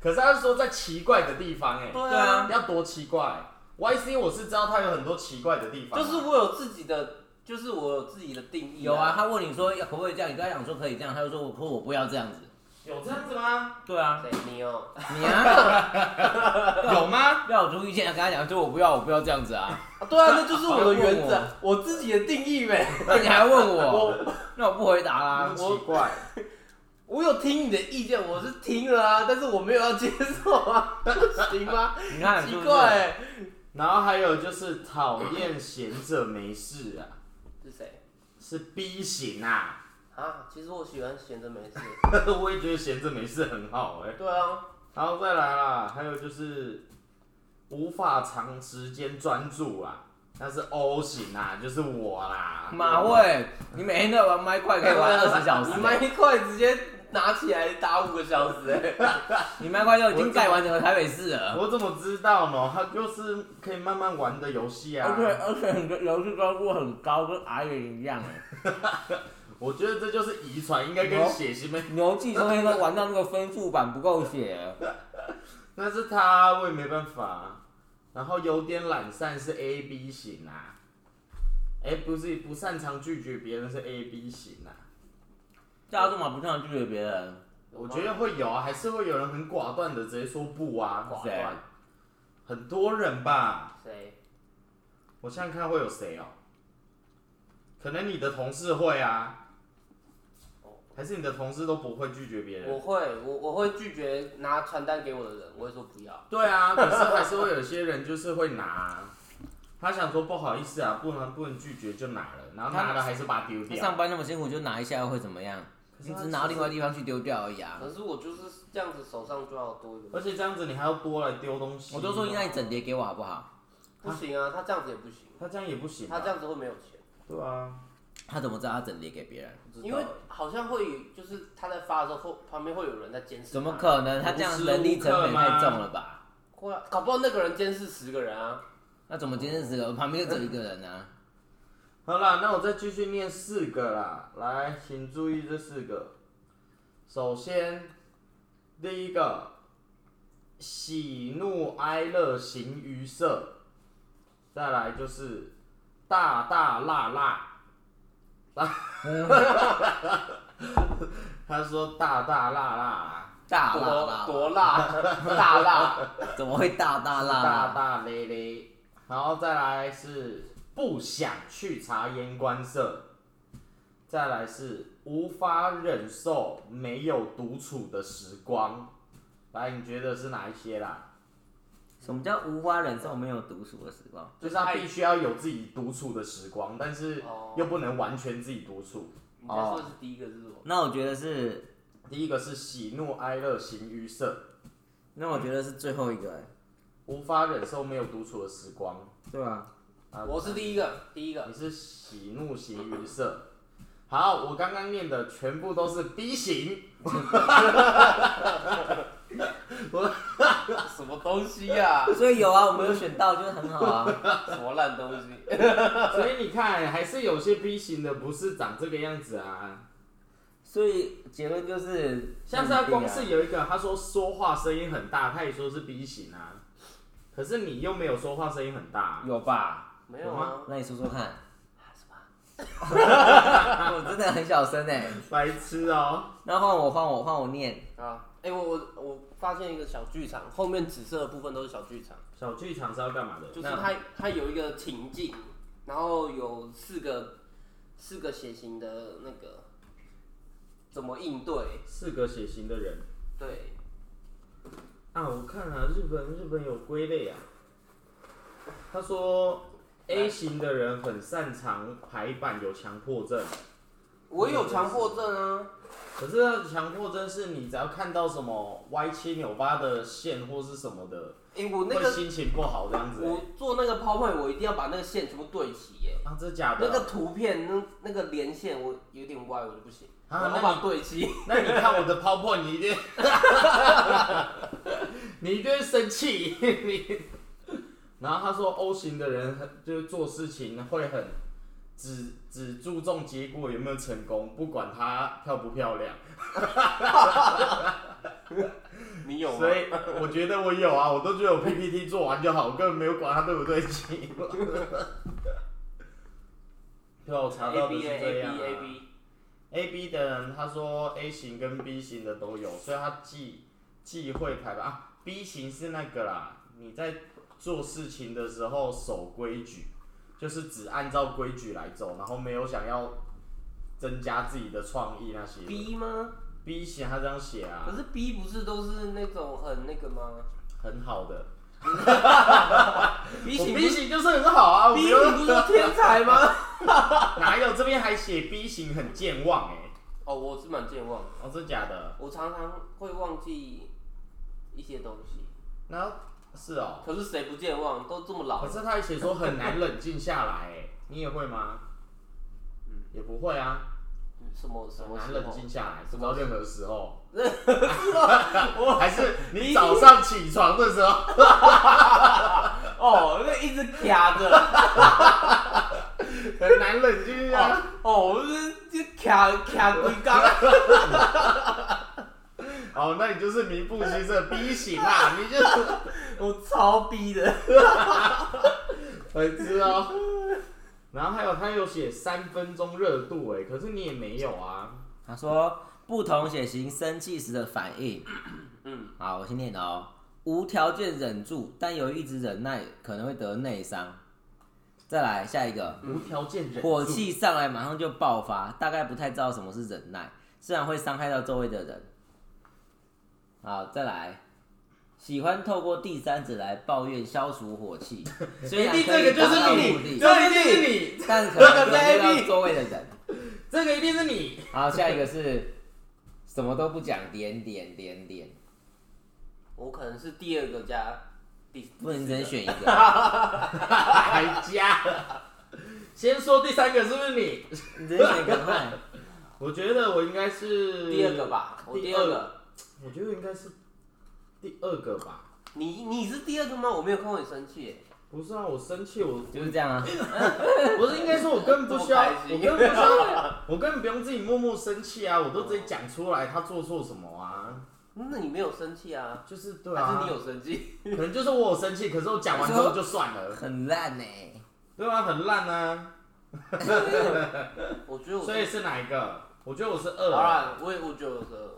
[SPEAKER 1] 可是他是说在奇怪的地方，哎，
[SPEAKER 3] 对
[SPEAKER 2] 对啊
[SPEAKER 3] 啊，
[SPEAKER 1] 要多奇怪？YC 我是知道他有很多奇怪的地 方啊，
[SPEAKER 3] 就是我有自己的，就是我有自己的定义。
[SPEAKER 2] 有啊，，他问你说可不可以这样，你跟他讲说可以这样，他就说我可我不要这样子。
[SPEAKER 1] 有这样子吗？
[SPEAKER 2] 对啊，
[SPEAKER 3] 谁你哦？
[SPEAKER 2] 你啊，
[SPEAKER 1] 有吗？
[SPEAKER 2] 要我出意见，跟他讲说我不要，我不要这样子啊。
[SPEAKER 3] 啊对啊，那就是我的原
[SPEAKER 2] 还问
[SPEAKER 3] 则， 我自己的定义呗。
[SPEAKER 2] 那你还问我，那我不回答啦
[SPEAKER 1] 很。啊奇怪。
[SPEAKER 3] 我有听你的意见，我是听了啊，但是我没有要接受 啊，行吗？
[SPEAKER 2] 你看，是
[SPEAKER 3] 奇
[SPEAKER 2] 不是
[SPEAKER 3] 怪、欸，
[SPEAKER 1] 然后还有就是讨厌闲着没事啊，
[SPEAKER 3] 是谁
[SPEAKER 1] 是 B 型啊。
[SPEAKER 3] 啊？其实我喜欢闲着没事。
[SPEAKER 1] 我也觉得闲着没事很好哎、
[SPEAKER 3] 对啊，
[SPEAKER 1] 然后再来啦，还有就是无法长时间专注啊，那是 O 型啊，就是我啦。
[SPEAKER 2] 马会，你每天都玩麦块，可以玩二十小时欸
[SPEAKER 3] 你。麦一块直接拿起来打五个小时、欸，
[SPEAKER 2] 你麦块就已经盖完整个台北市了。
[SPEAKER 1] 我怎么知道呢？它就是可以慢慢玩的游戏啊。
[SPEAKER 2] 而且很多游戏专注很高，跟阿远一样哎。
[SPEAKER 1] 我觉得这就是遗传，应该跟血型没。
[SPEAKER 2] 牛记中间都玩到那个分数板不够写，
[SPEAKER 1] 那是他，我也没办法。啊然后有点懒散是 A B 型啊，哎、不是不擅长拒绝别人是 A B 型啊。
[SPEAKER 2] 大家都嘛不想拒绝别人。
[SPEAKER 1] 我觉得会有啊，还是会有人很寡断的直接说不啊，
[SPEAKER 3] 寡
[SPEAKER 2] 谁
[SPEAKER 3] 断
[SPEAKER 1] 很多人吧。
[SPEAKER 3] 谁？
[SPEAKER 1] 我想想看会有谁哦、可能你的同事会啊，还是你的同事都不会拒绝别
[SPEAKER 3] 我
[SPEAKER 1] 人？
[SPEAKER 3] 会，我我会拒绝拿传单给我的人，我会说不要。
[SPEAKER 1] 对啊，可是还是会有些人就是会拿啊、他想说不好意思啊，不能不能拒绝就拿了，然后拿了还是把它丢
[SPEAKER 2] 他
[SPEAKER 1] 掉。
[SPEAKER 2] 上班那么辛苦，就拿一下又会怎么样？你只是拿到另外地方去丢掉而已啊。
[SPEAKER 3] 可是我就是这样子，手上就要多一
[SPEAKER 1] 而
[SPEAKER 3] 个。
[SPEAKER 1] 且这样子你还要多来丢东西。
[SPEAKER 2] 我都说你那一整叠给我好不好？
[SPEAKER 3] 不行啊，他这样子也不行，
[SPEAKER 1] 他这样也不行、啊
[SPEAKER 3] 他这样子会没有钱，
[SPEAKER 1] 对啊，
[SPEAKER 2] 他怎么知道他整叠给别人？
[SPEAKER 1] 不知道
[SPEAKER 3] 因为好像会有就是他在发的时候，后旁边会有人在监视。
[SPEAKER 2] 怎么？可能？他这样人力成本太重了吧？
[SPEAKER 3] 会啊，搞不好那个人监视十个人啊。
[SPEAKER 2] 那怎么今天只有旁边就只有一个人呢、啊
[SPEAKER 1] 好啦，那我再继续念四个啦，来，请注意这四个。首先，第一个，喜怒哀乐形于色，再来就是大大辣辣。 他说大大辣辣啊，
[SPEAKER 2] 大
[SPEAKER 3] 多
[SPEAKER 2] 辣辣，
[SPEAKER 3] 多辣，大辣，
[SPEAKER 2] 怎么会大大辣
[SPEAKER 1] 大
[SPEAKER 2] 辣？
[SPEAKER 1] 大咧咧，然后再来是不想去察言观色，再来是无法忍受没有独处的时光。来，你觉得是哪一些啦？
[SPEAKER 2] 什么叫无法忍受没有独处的时光？
[SPEAKER 1] 就是他必须要有自己独处的时光，但是
[SPEAKER 3] 哦
[SPEAKER 1] 又不能完全自己独处。
[SPEAKER 3] 你在说的是第一个是什么？
[SPEAKER 2] 那我觉得是，
[SPEAKER 1] 第一个是喜怒哀乐形于色，
[SPEAKER 2] 那我觉得是最后一个、欸，
[SPEAKER 1] 无法忍受没有独处的时光。
[SPEAKER 2] 对吧？
[SPEAKER 1] 啊
[SPEAKER 3] 我是第一个，第一个
[SPEAKER 1] 你是喜怒形于色。好，我刚刚念的全部都是 B 型，
[SPEAKER 3] 什么东西呀、
[SPEAKER 2] 所以有啊，我们有选到，就是很好 啊。
[SPEAKER 3] 什么烂东西？
[SPEAKER 1] 所以你看，还是有些 B 型的不是长这个样子啊。
[SPEAKER 2] 所以结论就是，
[SPEAKER 1] 像是他光
[SPEAKER 2] 是
[SPEAKER 1] 是有一个，他说说话声音很大，他也说是 B 型啊。可是你又没有说话声音很大啊、
[SPEAKER 2] 有吧？啊
[SPEAKER 3] 没有啊，
[SPEAKER 2] 那你说说看，
[SPEAKER 3] 什么？
[SPEAKER 2] 我真的很小声哎、
[SPEAKER 1] 白痴哦、
[SPEAKER 2] 那换我换我换我念，
[SPEAKER 3] 啊，哎、我我我发现一个小剧场，后面紫色的部分都是小剧场，
[SPEAKER 1] 小剧场是要干嘛的？
[SPEAKER 3] 就是
[SPEAKER 1] 那
[SPEAKER 3] 它它有一个情境，然后有四个四个血型的那个怎么应对？
[SPEAKER 1] 四个血型的人
[SPEAKER 3] 对，
[SPEAKER 1] 啊，我看啊，日本日本有归类啊。他说 A 型的人很擅长排版，有强迫症。
[SPEAKER 3] 我有强迫症啊，
[SPEAKER 1] 可是他的强迫症是你只要看到什么歪七扭八的线或是什么的，
[SPEAKER 3] 哎、我那
[SPEAKER 1] 会
[SPEAKER 3] 个
[SPEAKER 1] 心情不好这样子、
[SPEAKER 3] 我做那个 PowerPoint，我一定要把那个线全部对齐耶、
[SPEAKER 1] 啊，真的假的？
[SPEAKER 3] 那个图片那那个连线我有点歪，我就不行，
[SPEAKER 1] 啊
[SPEAKER 3] 我
[SPEAKER 1] 那
[SPEAKER 3] 无法对 齐。
[SPEAKER 1] 那你看我的 PowerPoint，你一 定，你一定会生气。 你，然后他说 O 型的人很就是做事情会很只只注重结果有没有成功，不管他漂不漂亮。
[SPEAKER 3] 你有
[SPEAKER 1] 所以我觉得我有啊，我都觉得我 PPT 做完就好，我根本没有管它对不对 齐。对啊，我查到
[SPEAKER 3] A
[SPEAKER 1] 的是
[SPEAKER 3] B A
[SPEAKER 1] 这
[SPEAKER 3] A
[SPEAKER 1] 样、啊。
[SPEAKER 3] B A B。
[SPEAKER 1] A B 的人，他说 A 型跟 B 型的都有，所以他忌忌讳排版啊。B 型是那个啦，你在做事情的时候守规矩，就是只按照规矩来走，然后没有想要增加自己的创意那些的。
[SPEAKER 3] B 吗？
[SPEAKER 1] B 型他这样写啊
[SPEAKER 3] 可，是 B 不是都是那种很那个吗
[SPEAKER 1] 很好的。
[SPEAKER 3] ？B
[SPEAKER 1] 啊我
[SPEAKER 3] 型
[SPEAKER 1] B 型就是很好啊，我
[SPEAKER 3] ，B
[SPEAKER 1] 没有
[SPEAKER 3] 型不 是天才吗？
[SPEAKER 1] 哪有这边还写 B 型很健忘哎、
[SPEAKER 3] 哦，我是蛮健忘的，
[SPEAKER 1] 哦，真假的？
[SPEAKER 3] 我常常会忘记一些东西。
[SPEAKER 1] 然后是哦，
[SPEAKER 3] 可是谁不健忘？都这么老
[SPEAKER 1] 可
[SPEAKER 3] 了，
[SPEAKER 1] 是他还写说很难冷静下来哎、你也会吗？嗯，也不会啊，
[SPEAKER 3] 什么什
[SPEAKER 1] 很
[SPEAKER 3] 么
[SPEAKER 1] 难
[SPEAKER 3] 时
[SPEAKER 1] 冷
[SPEAKER 3] 候？
[SPEAKER 1] 静下来，不知道任何时候，
[SPEAKER 3] 我
[SPEAKER 1] 还是你早上起床的时候，
[SPEAKER 3] 哦，那一直卡着，
[SPEAKER 1] 很难冷静下来。
[SPEAKER 3] 哦，我是就卡卡龟缸。
[SPEAKER 1] 哦，那你就是名副其实的 B 型啦，你就是
[SPEAKER 3] 我超逼的。
[SPEAKER 1] 很知哦。然后还有他有写三分钟热度哎、可是你也没有啊。
[SPEAKER 2] 他说不同血型生气时的反应。
[SPEAKER 3] 嗯，
[SPEAKER 2] 好，我先念哦。无条件忍住，但由于一直忍耐，可能会得内伤。再来下一个，
[SPEAKER 1] 无条件忍住
[SPEAKER 2] 火气上来马上就爆发，大概不太知道什么是忍耐，虽然会伤害到周围的人。好，再来，喜欢透过第三者来抱怨消除 火气，虽然
[SPEAKER 1] 一定
[SPEAKER 2] 可以
[SPEAKER 1] 这个 就是
[SPEAKER 2] 达到
[SPEAKER 1] 你
[SPEAKER 2] 目的
[SPEAKER 1] 这一定是你，
[SPEAKER 2] 但可能
[SPEAKER 1] 这个
[SPEAKER 2] 伤害
[SPEAKER 1] baby
[SPEAKER 2] 到周围的人。
[SPEAKER 1] 这个一定是你。
[SPEAKER 2] 好，下一个是什么都不讲，点点点点，
[SPEAKER 3] 我可能是第二个加第，
[SPEAKER 2] 不能只能选一个。
[SPEAKER 1] 还加。哎先说第三个是不是你？
[SPEAKER 2] 你直接选赶快。
[SPEAKER 1] 我觉得我应该是
[SPEAKER 3] 第二个。吧，我第二个。
[SPEAKER 1] 我觉得应该是第二个吧。
[SPEAKER 3] 你你是第二个吗？我没有看过你生气耶。
[SPEAKER 1] 不是啊，我生气，我
[SPEAKER 2] 就是这样啊。
[SPEAKER 1] 不是应该说，我根本不需要，
[SPEAKER 3] 这么开
[SPEAKER 1] 我
[SPEAKER 3] 心
[SPEAKER 1] 根本不需要，我根本不用自己默默生气啊，我都直接讲出来，他做错什么啊？
[SPEAKER 3] 那你没有生气啊？
[SPEAKER 1] 就是对啊，
[SPEAKER 3] 还是你有生气？
[SPEAKER 1] 有，可能就是我有生气，可是我讲完之后就 算了，
[SPEAKER 2] 很烂欸呢、
[SPEAKER 1] 对啊，很烂啊，
[SPEAKER 3] 我觉得我
[SPEAKER 1] 所以是哪一个？我觉得我是二
[SPEAKER 3] 好
[SPEAKER 1] 啊，
[SPEAKER 3] 啦，我也我觉得我是二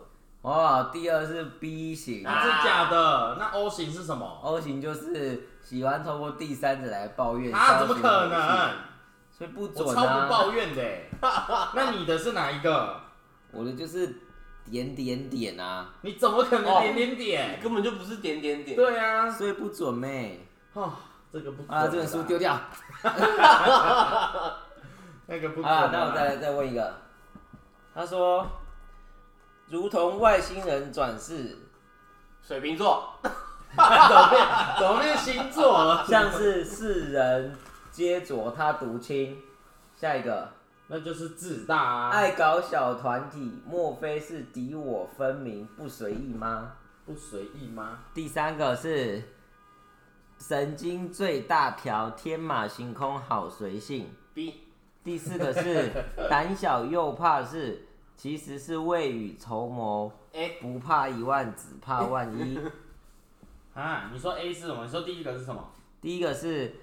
[SPEAKER 2] 哦，第二是 B 型、
[SPEAKER 1] 啊是假的，那 O 型是什么？
[SPEAKER 2] o 型就是喜欢透过第三者来抱怨，
[SPEAKER 1] 啊，
[SPEAKER 2] 消
[SPEAKER 1] 怎
[SPEAKER 2] 除
[SPEAKER 1] 么可能？
[SPEAKER 2] 火气所以不
[SPEAKER 1] 我
[SPEAKER 2] 准
[SPEAKER 1] 超不
[SPEAKER 2] 啊。
[SPEAKER 1] 抱怨的欸、那你的是哪一个？
[SPEAKER 2] 我的就是点点点啊，
[SPEAKER 1] 你怎么可
[SPEAKER 3] 哦
[SPEAKER 1] 能点点点？
[SPEAKER 3] 根本就不是点点点。
[SPEAKER 1] 对啊，
[SPEAKER 2] 所以不准妹
[SPEAKER 1] 哦，这个不准
[SPEAKER 2] 啊，这本书
[SPEAKER 1] 啦
[SPEAKER 2] 丢掉
[SPEAKER 1] 那个不准
[SPEAKER 2] 啊。那我
[SPEAKER 1] 啦
[SPEAKER 2] 再来再问一个，他说，如同外星人转世，
[SPEAKER 3] 水瓶座，
[SPEAKER 1] 怎么变星座 了？
[SPEAKER 2] 像是世人皆浊他独清。下一个，
[SPEAKER 1] 那就是自大啊，
[SPEAKER 2] 爱搞小团体，莫非是敌我分明不随意吗？
[SPEAKER 1] 不随意吗？
[SPEAKER 2] 第三个是神经最大条，天马行空，好随性。
[SPEAKER 3] B
[SPEAKER 2] 第四个是胆小又怕事，其实是未雨绸缪，
[SPEAKER 3] A
[SPEAKER 2] 不怕一万，只怕万一。
[SPEAKER 1] 啊，你说 A 是什么？你说第一个是什么？
[SPEAKER 2] 第一个是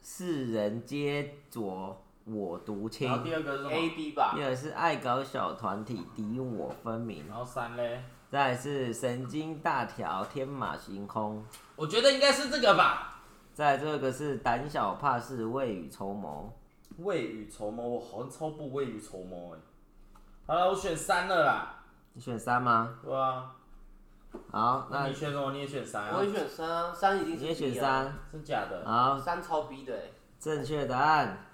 [SPEAKER 2] 世人皆浊，我独清
[SPEAKER 1] 然。后第二个是什
[SPEAKER 3] A
[SPEAKER 1] 么？
[SPEAKER 3] B 吧
[SPEAKER 2] 第，二个是爱搞小团体，敌我分明。哦
[SPEAKER 1] 然后三嘞？
[SPEAKER 2] 再来是神经大条，天马行空。
[SPEAKER 1] 我觉得应该是这个吧。
[SPEAKER 2] 再来这个是胆小怕事，未雨绸缪。
[SPEAKER 1] 未雨绸缪，我好像超不未雨绸缪哎。好了，我选三了啦。
[SPEAKER 2] 你选三吗？
[SPEAKER 1] 对啊，
[SPEAKER 2] 好，那
[SPEAKER 1] 那你选什么？你也选三啊
[SPEAKER 3] 我？也选三啊，三已经
[SPEAKER 2] 你
[SPEAKER 3] 是
[SPEAKER 2] 也选
[SPEAKER 3] B 了，
[SPEAKER 2] 三。
[SPEAKER 1] 真假的？
[SPEAKER 2] 好，
[SPEAKER 3] 三超 B 的欸，
[SPEAKER 2] 正确答案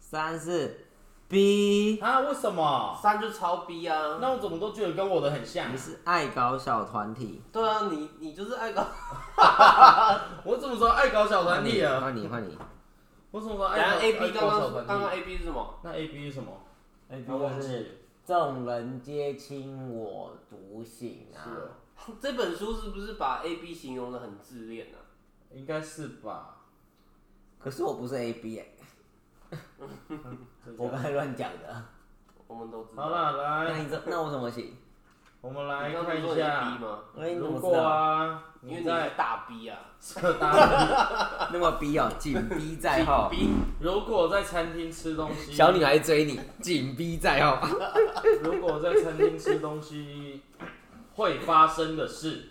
[SPEAKER 2] 三是 B。
[SPEAKER 1] 啊？为什么？
[SPEAKER 3] 三就超 B 啊。
[SPEAKER 1] 那我怎么都觉得跟我的很像啊
[SPEAKER 2] 你？是爱搞小团体，
[SPEAKER 3] 对啊，你你就是爱 搞，
[SPEAKER 1] 我怎么说爱搞小团体啊？
[SPEAKER 2] 换 你换你。
[SPEAKER 1] 我怎么说
[SPEAKER 3] 等
[SPEAKER 1] 爱
[SPEAKER 3] 下
[SPEAKER 1] 搞
[SPEAKER 3] A B
[SPEAKER 1] 爱
[SPEAKER 3] 刚
[SPEAKER 1] 搞小
[SPEAKER 3] 刚
[SPEAKER 1] 团
[SPEAKER 3] 刚刚
[SPEAKER 1] 体？
[SPEAKER 3] A B 是什么？
[SPEAKER 1] 那 A B 是什么？
[SPEAKER 2] A
[SPEAKER 1] 我忘记了。
[SPEAKER 2] 众人皆清我独醒啊。
[SPEAKER 1] 是哦
[SPEAKER 3] 这本书是不是把 A B 形容的很自恋啊？
[SPEAKER 1] 应该是吧？
[SPEAKER 2] 可是我不是 A B 哎、我刚才乱讲 的。
[SPEAKER 3] 我们都知道。
[SPEAKER 1] 好，啦，
[SPEAKER 2] 那
[SPEAKER 1] 来，
[SPEAKER 2] 你这那我怎么行？
[SPEAKER 1] 我们
[SPEAKER 3] 你
[SPEAKER 1] 来
[SPEAKER 3] 刚刚
[SPEAKER 1] 看
[SPEAKER 3] 说
[SPEAKER 1] 一
[SPEAKER 3] 你是 B
[SPEAKER 1] 下。
[SPEAKER 3] 吗？
[SPEAKER 2] 哎，你怎
[SPEAKER 1] 如
[SPEAKER 2] 么知
[SPEAKER 1] 果
[SPEAKER 2] 道？
[SPEAKER 1] 啊，
[SPEAKER 3] 因为
[SPEAKER 1] 你
[SPEAKER 3] 你是
[SPEAKER 1] 在
[SPEAKER 3] 大 B 啊，
[SPEAKER 1] 扯大。
[SPEAKER 2] 那么逼哦，紧逼在后。
[SPEAKER 3] B
[SPEAKER 1] 如果在餐厅吃东 西，
[SPEAKER 2] 小女孩追你，紧逼在后。
[SPEAKER 1] 如果在餐厅吃东西会发生的事，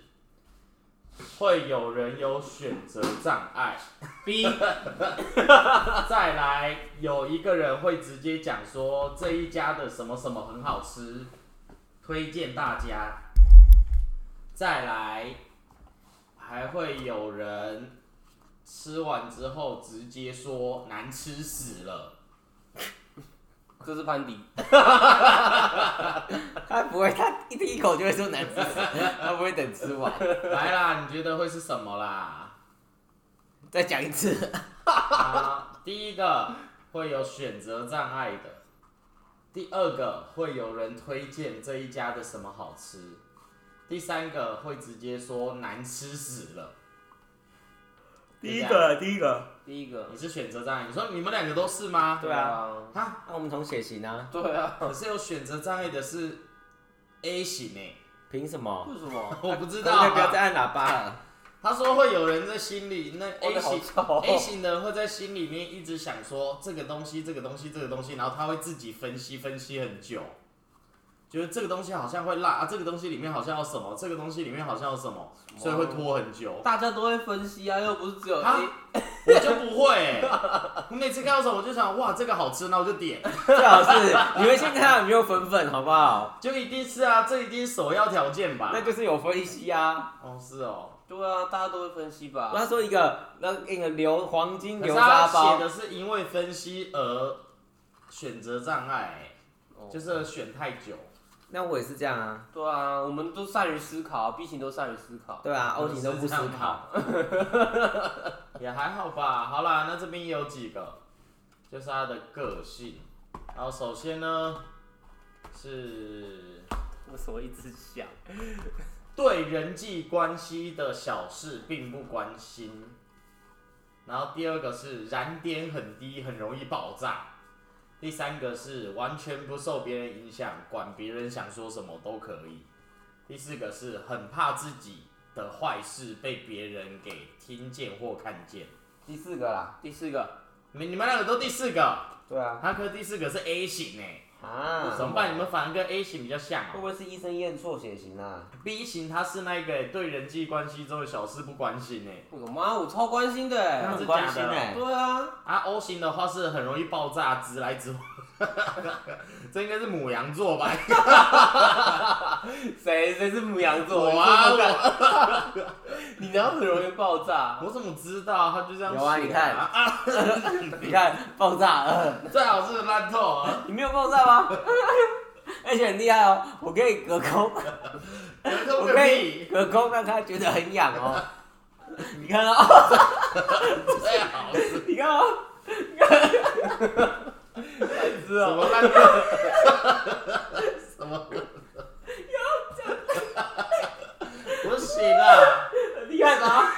[SPEAKER 1] 会有人有选择障碍。
[SPEAKER 3] B
[SPEAKER 1] 再来，有一个人会直接讲说这一家的什么什么很好吃，推荐大家。再来，还会有人吃完之后直接说难吃死了。
[SPEAKER 3] 这是潘迪。
[SPEAKER 2] 他不会，他一第一口就会说难吃死， 他不会等吃完。
[SPEAKER 1] 来啦，你觉得会是什么啦？
[SPEAKER 2] 再讲一次，
[SPEAKER 1] 啊，第一个会有选择障碍的，第二个会有人推荐这一家的什么好吃，第三个会直接说难吃死了。第一个，
[SPEAKER 2] 第一个，
[SPEAKER 3] 第一个
[SPEAKER 1] 你，是选择障碍，你说你们两个都是吗？
[SPEAKER 2] 对啊，
[SPEAKER 1] 啊，
[SPEAKER 2] 那我们同血型啊？
[SPEAKER 3] 对啊，
[SPEAKER 1] 可是有选择障碍的是 A 型诶、
[SPEAKER 2] 凭什么？
[SPEAKER 3] 为什么？
[SPEAKER 1] 我不知道、
[SPEAKER 2] 那不要
[SPEAKER 1] 啊。
[SPEAKER 2] 再按喇叭了。
[SPEAKER 1] 他说会有人在心里，那 A 型、
[SPEAKER 3] 我的好臭哦
[SPEAKER 1] A 型的人会在心里面一直想说这个东西、这个东西、这个东西，然后他会自己分析分析很久，觉得这个东西好像会辣啊，这个东西里面好像有什么，这个东西里面好像有什么，所以会拖很久。
[SPEAKER 2] 哦
[SPEAKER 3] 大家都会分析啊，又不是只有 A
[SPEAKER 1] 啊。我就不会、欸我每次看到什么我就想哇这个好吃，那我就点，
[SPEAKER 2] 最好是你们先看看有没有粉粉，好不好？
[SPEAKER 1] 就一定是啊，这一定是首要条件吧？
[SPEAKER 2] 那就是有分析啊。
[SPEAKER 1] 哦是哦，
[SPEAKER 3] 对啊，大家都会分析吧。
[SPEAKER 2] 他说一个那那个流黄金
[SPEAKER 1] 可是
[SPEAKER 2] 流
[SPEAKER 1] 他
[SPEAKER 2] 沙
[SPEAKER 1] 写
[SPEAKER 2] 包，
[SPEAKER 1] 的是因为分析而选择障碍、欸
[SPEAKER 3] 哦
[SPEAKER 1] 就是选太久。
[SPEAKER 2] 那我也是这样啊。
[SPEAKER 3] 对啊，我们都善于思考，B 型都善于思考。
[SPEAKER 2] 对啊，O 型都不思
[SPEAKER 1] 是这样
[SPEAKER 2] 考。
[SPEAKER 1] 吗， 也还好吧。好啦，那这边有几个，就是他的个性。然后首先呢是
[SPEAKER 3] 为什么一直想？
[SPEAKER 1] 对人际关系的小事并不关心，然后第二个是燃点很低，很容易爆炸。第三个是完全不受别人影响，管别人想说什么都可以。第四个是很怕自己的坏事被别人给听见或看见。
[SPEAKER 2] 第四个啦，
[SPEAKER 3] 第四个，
[SPEAKER 1] 你你们两个都第四个，
[SPEAKER 2] 对啊，
[SPEAKER 1] 他可第四个是 A 型哎、
[SPEAKER 4] 啊，
[SPEAKER 1] 怎么办？你们反而跟 A 型比较像
[SPEAKER 4] 会不会
[SPEAKER 1] 哦。
[SPEAKER 4] 是医生验错血型啊？
[SPEAKER 1] B 型他是那个对人际关系这种小事不关心哎、
[SPEAKER 3] 我妈，我超关心的欸、
[SPEAKER 4] 那很
[SPEAKER 1] 是嗯假的
[SPEAKER 4] 关心哎、
[SPEAKER 3] 对啊，
[SPEAKER 1] 啊，O 型的话是很容易爆炸，直来直往。 这应该是母羊座 吧？哎
[SPEAKER 4] 谁谁是母羊座？
[SPEAKER 1] 我
[SPEAKER 4] 你
[SPEAKER 1] 啊
[SPEAKER 4] 是不是敢
[SPEAKER 3] 你脑很容易爆炸。
[SPEAKER 1] 我怎么知道？他就这样
[SPEAKER 2] 有啊
[SPEAKER 1] 写
[SPEAKER 2] 你看
[SPEAKER 1] 啊，
[SPEAKER 2] 你看 爆炸 了，
[SPEAKER 1] 最好是烂透啊！
[SPEAKER 2] 你没有爆炸吗？ 而且很厉害哦，我可以 隔空，
[SPEAKER 1] 我
[SPEAKER 2] 我可以隔空让他觉得很痒 哦。你看哦，
[SPEAKER 1] 最好是
[SPEAKER 2] 你看哦，
[SPEAKER 1] 什
[SPEAKER 2] 哦
[SPEAKER 1] 么烂透？ 什么？不行啊！
[SPEAKER 2] 很厉害吧？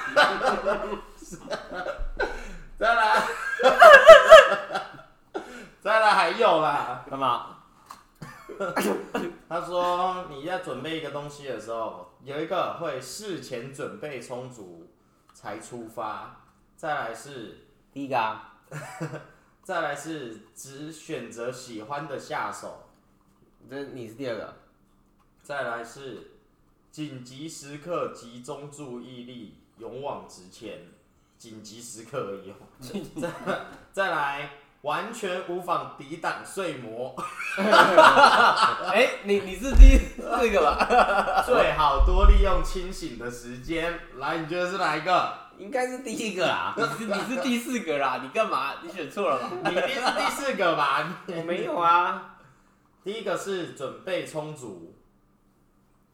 [SPEAKER 1] 再来， 再来还有啦。
[SPEAKER 2] 干嘛？
[SPEAKER 1] 他说你在准备一个东西的时候，有一个会事前准备充足才出发，再来是
[SPEAKER 2] 第一个啊，
[SPEAKER 1] 再来是只选择喜欢的下手，
[SPEAKER 2] 这你是第二个，
[SPEAKER 1] 再来是紧急时刻集中注意力，勇往直前。紧急时刻而已哦、再再来，完全无法抵挡睡魔，
[SPEAKER 2] 哎、你你是第四个吧？
[SPEAKER 1] 最好多利用清醒的时间。来，你觉得是哪一个？
[SPEAKER 2] 应该是第一个啊啦，你是你是第四个啦，你干嘛？你选错了吧？
[SPEAKER 1] 你一定是第四个吧？
[SPEAKER 2] 我没有啊，
[SPEAKER 1] 第一个是准备充足，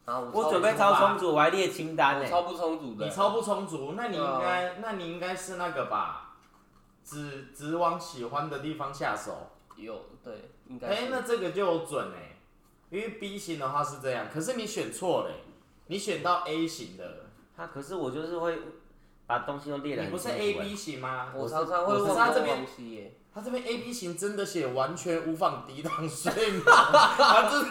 [SPEAKER 3] 啊，
[SPEAKER 2] 我准备
[SPEAKER 3] 不
[SPEAKER 2] 超
[SPEAKER 3] 充
[SPEAKER 2] 充
[SPEAKER 3] 足
[SPEAKER 2] 足，我还列清单欸
[SPEAKER 3] 的，
[SPEAKER 2] 呢、
[SPEAKER 3] 我超不充足的。
[SPEAKER 1] 你超不充足，那你应该，那你应该是那个吧？只只往喜欢的地方下手。
[SPEAKER 3] 有对，应该
[SPEAKER 1] 哎、
[SPEAKER 3] 是。
[SPEAKER 1] 那这个就有准哎、因为 B 型的话是这样，可是你选错了欸、你选到 A 型的，
[SPEAKER 2] 他、可是我就是会把东西都列了、
[SPEAKER 1] 你不是
[SPEAKER 2] 欸
[SPEAKER 1] A B 型吗？
[SPEAKER 3] 我常常会
[SPEAKER 1] 我是
[SPEAKER 3] 忘
[SPEAKER 1] 他这
[SPEAKER 3] 东
[SPEAKER 1] 边
[SPEAKER 3] 忘西耶。
[SPEAKER 1] 他这边 A B 型真的写完全无法抵挡睡眠，他真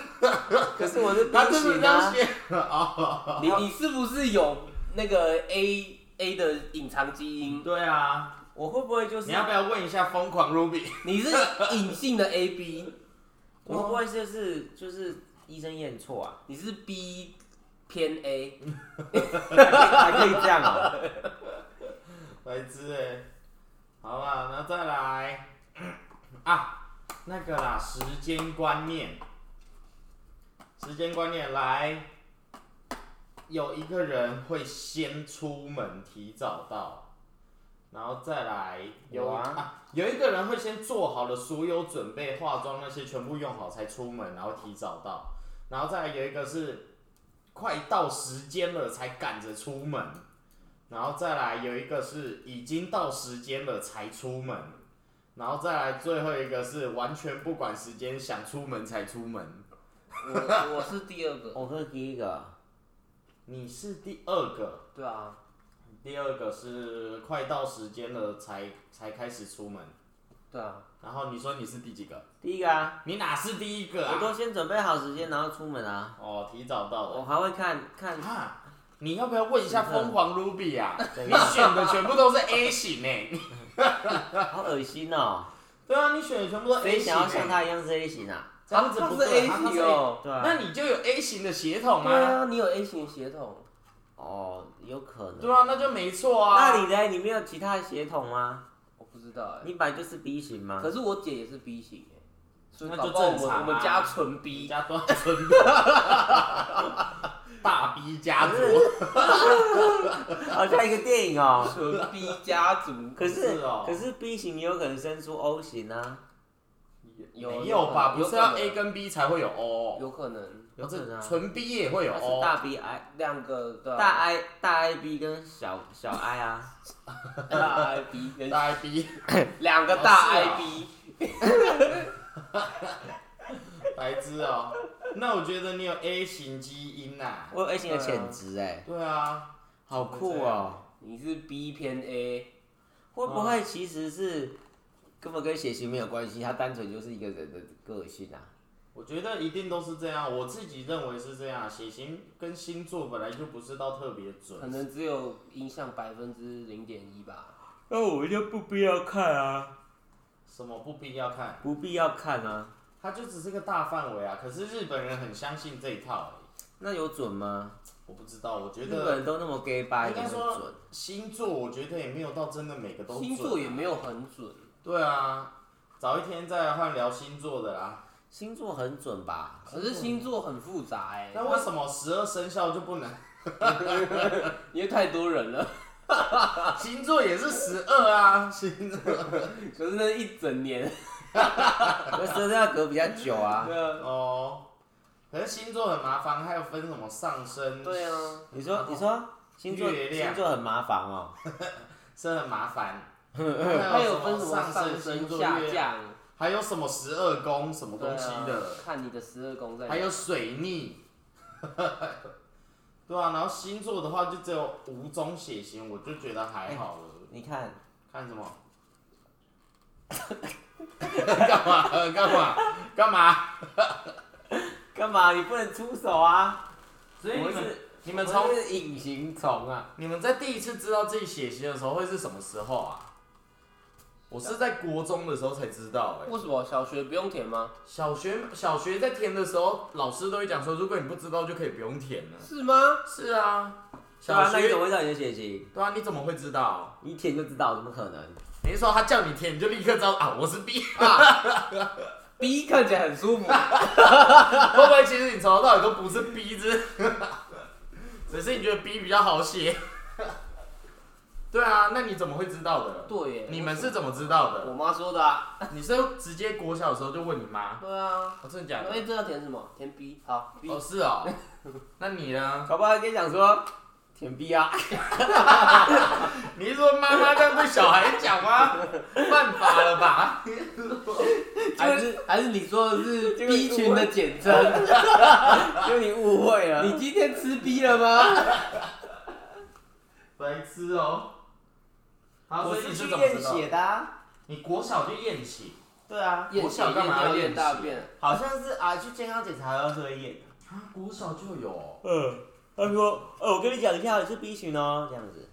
[SPEAKER 2] 可是我是 B
[SPEAKER 1] 他真的
[SPEAKER 2] 型
[SPEAKER 1] 这样
[SPEAKER 2] 啊，
[SPEAKER 1] 写哦。
[SPEAKER 3] 你你是不是有那个 A A 的隐藏基因？
[SPEAKER 1] 对啊，
[SPEAKER 2] 我会不会就是
[SPEAKER 1] 你要不要问一下疯狂 Ruby？
[SPEAKER 3] 你是隐性的 A B，
[SPEAKER 1] 哦
[SPEAKER 2] 我会不会就是就是医生验错啊？
[SPEAKER 3] 你是 B 偏 A，
[SPEAKER 2] 还可以这样啊？
[SPEAKER 1] 白痴哎、好吧，那再来 啊，那个啦，时间观念，时间观念来，有一个人会先出门，提早到，然后再来 有
[SPEAKER 2] 我啊
[SPEAKER 1] 啊，有一个人会先做好了所有准备，化妆那些全部用好才出门，然后提早到，然后再来有一个是快到时间了才赶着出门。然后再来有一个是已经到时间了才出门，然后再来最后一个是完全不管时间想出门才出门。
[SPEAKER 3] 我我是第 二个。
[SPEAKER 2] 啊我是第一个，
[SPEAKER 1] 你是第二个，
[SPEAKER 3] 对啊，
[SPEAKER 1] 第二个是快到时间了才才开始出门。
[SPEAKER 3] 对啊，
[SPEAKER 1] 然后你说你是第几个？
[SPEAKER 2] 第一个啊，
[SPEAKER 1] 你哪是第一个
[SPEAKER 2] 我
[SPEAKER 1] 啊？
[SPEAKER 2] 都先准备好时间，然后出门啊。
[SPEAKER 1] 哦，提早到
[SPEAKER 2] 我
[SPEAKER 1] 了。
[SPEAKER 2] 还会看看
[SPEAKER 1] 啊，你要不要问一下
[SPEAKER 2] 真的
[SPEAKER 1] 疯狂 Ruby 啊？
[SPEAKER 2] 怎
[SPEAKER 1] 你
[SPEAKER 2] 样
[SPEAKER 1] 选的全部都是 A 型诶、
[SPEAKER 2] 好恶心哦！
[SPEAKER 1] 对啊，你选的全部都是 A
[SPEAKER 2] 谁
[SPEAKER 1] 型、
[SPEAKER 2] 想
[SPEAKER 1] 欸。
[SPEAKER 2] 要像他一样是 A 型啊？
[SPEAKER 1] 这样子不
[SPEAKER 3] 他是
[SPEAKER 1] 对
[SPEAKER 3] A
[SPEAKER 1] 啊他是
[SPEAKER 3] 型哦。
[SPEAKER 2] 对啊，
[SPEAKER 1] 那你就有 A 型的血统
[SPEAKER 3] 对
[SPEAKER 1] 啊。
[SPEAKER 3] 啊，你有 A 型血统。
[SPEAKER 2] 哦，有可能。
[SPEAKER 1] 对啊，那就没错啊。
[SPEAKER 2] 那你呢？你没有其他的血统吗？
[SPEAKER 3] 我不知道哎、
[SPEAKER 2] 你本来就是 B 型吗？
[SPEAKER 3] 可是我姐也是 B 型哎、所以
[SPEAKER 1] 那
[SPEAKER 3] 搞
[SPEAKER 1] 就
[SPEAKER 3] 不好我
[SPEAKER 1] 正
[SPEAKER 3] 们、
[SPEAKER 1] 常啊
[SPEAKER 3] 我们家纯
[SPEAKER 1] 你
[SPEAKER 3] B，
[SPEAKER 1] 家多纯，大 B 家族
[SPEAKER 2] 好像一个电影哦。
[SPEAKER 3] 纯 B 家族。
[SPEAKER 2] 可是
[SPEAKER 1] 是哦
[SPEAKER 2] 可是 B 型也有可能生出 O 型啊，
[SPEAKER 3] 有
[SPEAKER 1] 没有吧？
[SPEAKER 3] 有可能
[SPEAKER 1] 不是要 A 跟 B 才会有 O，
[SPEAKER 3] 有可能
[SPEAKER 2] 有可能
[SPEAKER 1] 哦这
[SPEAKER 2] 啊。
[SPEAKER 1] 纯 B 也会有
[SPEAKER 2] 他
[SPEAKER 1] O
[SPEAKER 2] 是。大 B I
[SPEAKER 3] 两个对啊、
[SPEAKER 2] 大 I 大 I B 跟小小 I 啊，
[SPEAKER 3] 大 I B 跟
[SPEAKER 1] 大 B
[SPEAKER 3] 两个
[SPEAKER 1] 哦
[SPEAKER 3] 大
[SPEAKER 1] 是啊
[SPEAKER 3] I B，、
[SPEAKER 1] 白痴哦。那我觉得你有 A 型基因呐。
[SPEAKER 2] 我有 A 型的潜质哎，
[SPEAKER 1] 对啊，
[SPEAKER 2] 好酷哦！
[SPEAKER 3] 你是 B 偏 A，
[SPEAKER 1] 嗯
[SPEAKER 2] 会不会其实是根本跟血型没有关系，他单纯就是一个人的个性啊？
[SPEAKER 1] 我觉得一定都是这样，我自己认为是这样。血型跟星座本来就不是到特别
[SPEAKER 3] 可
[SPEAKER 1] 准，
[SPEAKER 3] 能只有影响百分之零点一吧。
[SPEAKER 2] 那我就不必要看啊，
[SPEAKER 1] 什么不必要看。
[SPEAKER 2] 不必要看啊。
[SPEAKER 1] 它就只是个大范围啊。可是日本人很相信这一套、
[SPEAKER 2] 那有准吗？
[SPEAKER 1] 我不知道，我觉
[SPEAKER 2] 日
[SPEAKER 1] 得
[SPEAKER 2] 本人都那么 gay 吧，
[SPEAKER 1] 应该
[SPEAKER 2] 有没有
[SPEAKER 1] 说
[SPEAKER 2] 准？
[SPEAKER 1] 星座，我觉得也没有到真的每个都准
[SPEAKER 3] 星
[SPEAKER 1] 啊、
[SPEAKER 3] 座也没有很准，
[SPEAKER 1] 对啊，早一天再来换聊星座的啊啦。
[SPEAKER 2] 星座很准吧？
[SPEAKER 3] 可是星座很复杂哎、
[SPEAKER 1] 那为什么十二生肖就不能？啊
[SPEAKER 3] 因为太多人了，
[SPEAKER 1] 星座也是十二啊，星座
[SPEAKER 3] 可是那一整年，
[SPEAKER 2] 那生肖隔比较久啊。
[SPEAKER 3] 对啊，
[SPEAKER 1] 哦。可是星座很麻烦，还有分什么上升，
[SPEAKER 3] 对啊，
[SPEAKER 2] 你说，你说星座
[SPEAKER 1] 月亮
[SPEAKER 2] 星座很麻烦哦。
[SPEAKER 1] 这很麻烦。
[SPEAKER 3] 它
[SPEAKER 1] 还
[SPEAKER 3] 有分什么
[SPEAKER 1] 上
[SPEAKER 3] 上
[SPEAKER 1] 星
[SPEAKER 3] 升、
[SPEAKER 1] 座、
[SPEAKER 3] 下
[SPEAKER 1] 月亮
[SPEAKER 3] 降，
[SPEAKER 1] 还有什么十二宫什么东西
[SPEAKER 3] 对
[SPEAKER 1] 的
[SPEAKER 3] 啊，看你的十二宫在哪。
[SPEAKER 1] 还有水逆， 对啊，然后星座的话就只有五种血型，我就觉得还好了。
[SPEAKER 2] 你看，
[SPEAKER 1] 看什么？ 干嘛？干嘛？干嘛？
[SPEAKER 2] 干嘛？你不能出手啊！
[SPEAKER 1] 所以
[SPEAKER 2] 我
[SPEAKER 1] 你
[SPEAKER 2] 是
[SPEAKER 1] 们你们
[SPEAKER 2] 我
[SPEAKER 1] 从
[SPEAKER 2] 是隐形虫啊。
[SPEAKER 1] 你们在第一次知道自己血型的时候会是什么时候啊？我是在国中的时候才知道、哎，
[SPEAKER 3] 为什么小学不用填吗？
[SPEAKER 1] 小学小学在填的时候，老师都会讲说，如果你不知道就可以不用填了。
[SPEAKER 3] 是吗？
[SPEAKER 1] 是啊，
[SPEAKER 2] 对
[SPEAKER 1] 小，
[SPEAKER 2] 啊那你
[SPEAKER 1] 学
[SPEAKER 2] 怎么会知道你的血型？
[SPEAKER 1] 对啊，你怎么会知道？
[SPEAKER 2] 一填就知道，怎么可能？
[SPEAKER 1] 你是说他叫你填，你就立刻知道啊，我是 B，
[SPEAKER 3] B 看起来很舒服，
[SPEAKER 1] 会不会其实你从头到尾都不是 B 字，只是你觉得 B 比较好写？对啊，那你怎么会知道 的？
[SPEAKER 3] 对耶，
[SPEAKER 1] 你们是怎么知道
[SPEAKER 3] 我
[SPEAKER 1] 的？
[SPEAKER 3] 妈说的啊。
[SPEAKER 1] 你是直接国小的时候就问你妈？
[SPEAKER 3] 对啊，
[SPEAKER 1] 哦，真的假
[SPEAKER 3] 哎，
[SPEAKER 1] 的？
[SPEAKER 3] 这要填什么？填 B，好 B。
[SPEAKER 1] 哦，是哦。那你呢？
[SPEAKER 2] 搞不好还跟你讲说舔 B 啊，
[SPEAKER 1] 你是说妈妈这样对小孩讲吗？犯法了吧？
[SPEAKER 3] 还是还是你说的是
[SPEAKER 2] 结果你
[SPEAKER 3] B 群的简 称？
[SPEAKER 2] 因为你误会了。
[SPEAKER 3] 你今天吃 B 了 吗？
[SPEAKER 1] 白痴哦。好，
[SPEAKER 2] 我
[SPEAKER 1] 所以
[SPEAKER 2] 是
[SPEAKER 1] 你
[SPEAKER 2] 去
[SPEAKER 1] 是怎么
[SPEAKER 2] 验
[SPEAKER 1] 知道？
[SPEAKER 2] 血的、啊。
[SPEAKER 1] 你国小就验血？
[SPEAKER 2] 对啊，
[SPEAKER 1] 我想干嘛要
[SPEAKER 3] 验
[SPEAKER 1] 验
[SPEAKER 3] 大
[SPEAKER 1] 血
[SPEAKER 3] 便？
[SPEAKER 2] 好像是啊，去健康检查要喝验。
[SPEAKER 1] 啊，国小就有哦。
[SPEAKER 2] 嗯，他说，呃，我跟你讲一下，你是 B 群哦，这样子。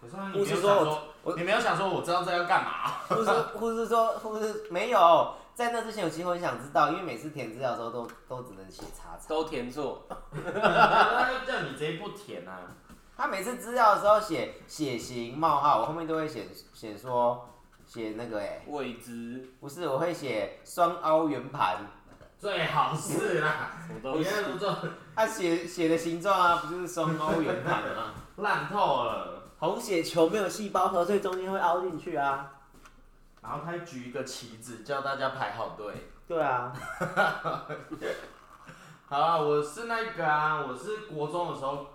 [SPEAKER 1] 可是他
[SPEAKER 2] 我
[SPEAKER 1] 你没有想
[SPEAKER 2] 是说
[SPEAKER 1] 说，你没有想说我知道这要干 嘛？哦
[SPEAKER 2] 护士，护士说，护士没有，在那之前，我其实我很想知道，因为每次填资料的时候都都只能写查查。
[SPEAKER 3] 都填错，
[SPEAKER 1] 他就叫你直接不填啊。
[SPEAKER 2] 他每次资料的时候写血型冒号，我后面都会写写说写那个哎、
[SPEAKER 3] 未知，
[SPEAKER 2] 不是，我会写双凹圆盘。
[SPEAKER 1] 最好是啦，
[SPEAKER 3] 什么
[SPEAKER 1] 你
[SPEAKER 3] 东西
[SPEAKER 1] 那？不做
[SPEAKER 2] 他啊写写的形状啊，不就是双凹圆盘吗？
[SPEAKER 1] 烂透了。
[SPEAKER 2] 红血球没有细胞核，所以中间会凹进去啊。
[SPEAKER 1] 然后他还举一个旗子，叫大家排好队。
[SPEAKER 2] 对啊，
[SPEAKER 1] 好啊，我是那个啊，我是国中的时候，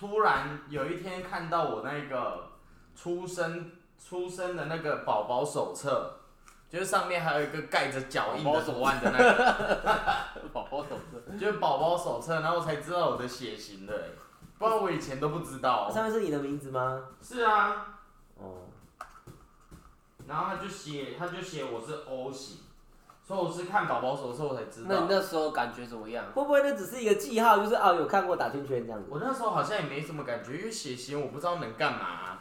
[SPEAKER 1] 突然有一天看到我那个出生出生的那个宝宝手册，就是上面还有一个盖着脚印的图案的那个，
[SPEAKER 3] 宝宝手册，
[SPEAKER 1] 就是宝宝手册，然后我才知道我的血型的、欸，不然我以前都不知道。
[SPEAKER 2] 上面是你的名字吗？
[SPEAKER 1] 是啊，
[SPEAKER 2] 哦，
[SPEAKER 1] 然后他就写，他就写我是 O 型，所以我是看宝宝手册我才知
[SPEAKER 3] 那你
[SPEAKER 1] 道。
[SPEAKER 3] 那时候感觉怎么样？
[SPEAKER 2] 会不会那只是一个记号？就是哦，有看过打圈圈这样子。
[SPEAKER 1] 我那时候好像也没什么感觉，因为血型我不知道能干嘛、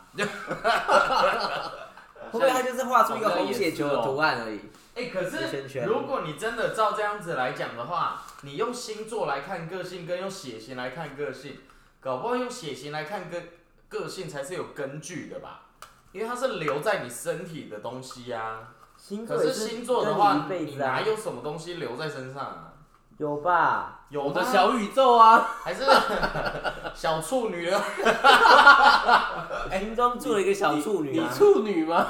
[SPEAKER 2] 会不会他就是画出一个红血球的图案而已？
[SPEAKER 1] 哎、可
[SPEAKER 2] 圈
[SPEAKER 1] 是
[SPEAKER 2] 圈
[SPEAKER 1] 如果你真的照这样子来讲的话，你用星座来看个性，跟用血型来看个性，搞不好用血型来看个个性才是有根据的吧？因为它是留在你身体的东西呀、
[SPEAKER 2] 星
[SPEAKER 1] 可
[SPEAKER 2] 座
[SPEAKER 1] 是
[SPEAKER 2] 也
[SPEAKER 1] 星座的
[SPEAKER 2] 跟
[SPEAKER 1] 话，
[SPEAKER 2] 你一辈
[SPEAKER 1] 你
[SPEAKER 2] 子啊
[SPEAKER 1] 哪，有什么东西留在身上啊？
[SPEAKER 2] 有吧？
[SPEAKER 1] 有
[SPEAKER 3] 我的
[SPEAKER 1] 吗
[SPEAKER 3] 小宇宙啊，
[SPEAKER 1] 还是 小处女啊？
[SPEAKER 2] 心中住了一个小哎处女
[SPEAKER 3] 你
[SPEAKER 2] 啊。
[SPEAKER 3] 处女吗？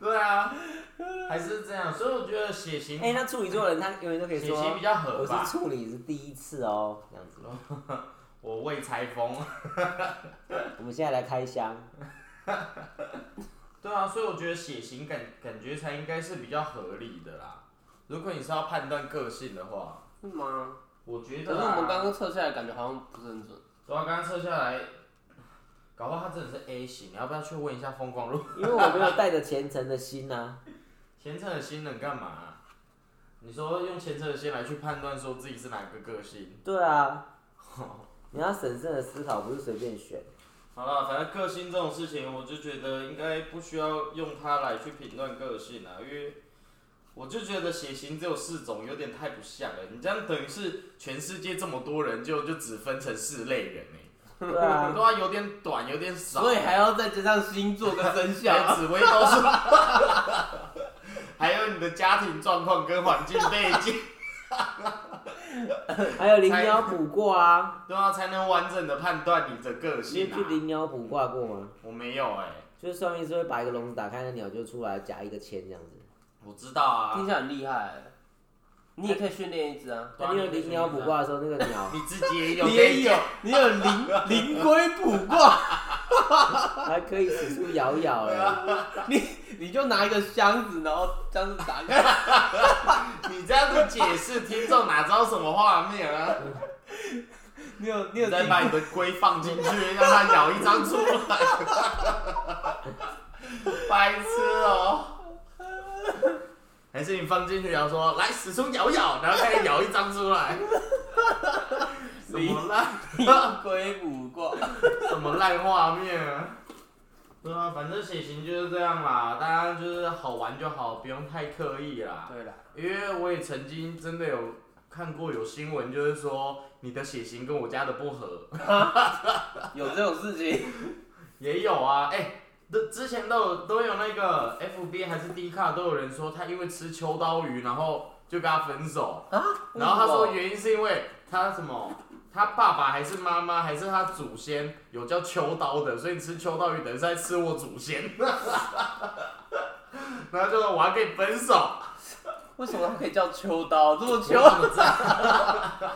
[SPEAKER 1] 对啊，还是这样，所以我觉得血型、
[SPEAKER 2] 哎，那处女座的人他永远都可以
[SPEAKER 1] 血型
[SPEAKER 2] 说
[SPEAKER 1] 比较合
[SPEAKER 2] 我是
[SPEAKER 1] 吧。
[SPEAKER 2] 处女是第一次哦，这样子。
[SPEAKER 1] 我未拆封。
[SPEAKER 2] 我们现在来开箱，
[SPEAKER 1] 对啊，所以我觉得血型感感觉才应该是比较合理的啦。如果你是要判断个性的话，
[SPEAKER 3] 是吗？
[SPEAKER 1] 我觉
[SPEAKER 3] 可
[SPEAKER 1] 得
[SPEAKER 3] 是
[SPEAKER 1] 啊、
[SPEAKER 3] 我们刚刚测下来，感觉好像不是很准。
[SPEAKER 1] 对啊，刚刚测下来，搞不好他真的是 A 型，你要不要去问一下风光路？
[SPEAKER 2] 因为我没有带着虔诚的心啊。
[SPEAKER 1] 前测的心能干嘛、啊你说用前测的心来去判断说自己是哪个个性？
[SPEAKER 2] 对啊，你要审慎的思考，不是随便选。
[SPEAKER 1] 好了，反正个性这种事情，我就觉得应该不需要用它来去评断个性啊，因为我就觉得血型只有四种，有点太不像了。你这样等于是全世界这么多人就，就只分成四类人哎、
[SPEAKER 4] 对啊，
[SPEAKER 1] 对啊，有点短，有点少，
[SPEAKER 3] 所以还要再加上星座跟生肖。
[SPEAKER 1] 还紫微斗数， 还有你的家庭状况跟环境背景，
[SPEAKER 2] 还有灵鸟卜卦啊，
[SPEAKER 1] 对啊，才能完整的判断你的个
[SPEAKER 2] 你有
[SPEAKER 1] 性
[SPEAKER 2] 去
[SPEAKER 1] 啊。
[SPEAKER 2] 灵鸟卜卦过吗？
[SPEAKER 1] 我没有哎、
[SPEAKER 2] 就是算命是会把一个笼子打开，那鸟就出来夹一个签这样子。
[SPEAKER 1] 我知道
[SPEAKER 3] 听
[SPEAKER 1] 啊，
[SPEAKER 3] 起来很厉害欸，你也可以训练一只啊。
[SPEAKER 1] 对啊
[SPEAKER 2] 那你有灵鸟卜卦的时候，那个鸟
[SPEAKER 1] 你自己也有，
[SPEAKER 3] 你也
[SPEAKER 1] 跟
[SPEAKER 3] 有，哎你有灵灵龟卜卦，
[SPEAKER 2] 还可以使出咬咬哎，
[SPEAKER 3] 你你就拿一个箱子，然后箱子打 开，
[SPEAKER 1] 你这样子解释，听众哪知道什么画面啊？
[SPEAKER 3] 你有你
[SPEAKER 1] 你
[SPEAKER 3] 有
[SPEAKER 1] 再
[SPEAKER 3] 听
[SPEAKER 1] 把你的龟放进去，让它咬一张出来， 白痴哦、还是你放进去，然后说来始终咬咬，然后开始咬一张出来， 什么烂
[SPEAKER 3] 灵龟卜卦？
[SPEAKER 1] 什么烂画面啊？对啊，反正血型就是这样啦，大家就是好玩就好，不用太刻意啦。
[SPEAKER 3] 对啦，
[SPEAKER 1] 因为我也曾经真的有看过有新闻，就是说你的血型跟我家的不合，
[SPEAKER 3] 有这种事 情，
[SPEAKER 1] 也有啊，哎、都之前都有都有那个 FB 还是 D 卡都有人说他因为吃秋刀鱼，然后就跟他分手，然后他说原因是因为他什么，他爸爸还是妈妈还是他祖先有叫秋刀的，所以吃秋刀鱼等于是在吃我祖先， 然后就说我要跟你分手，
[SPEAKER 3] 为什么他可以叫秋刀？这么
[SPEAKER 1] 我怎
[SPEAKER 3] 秋？
[SPEAKER 1] 么知道？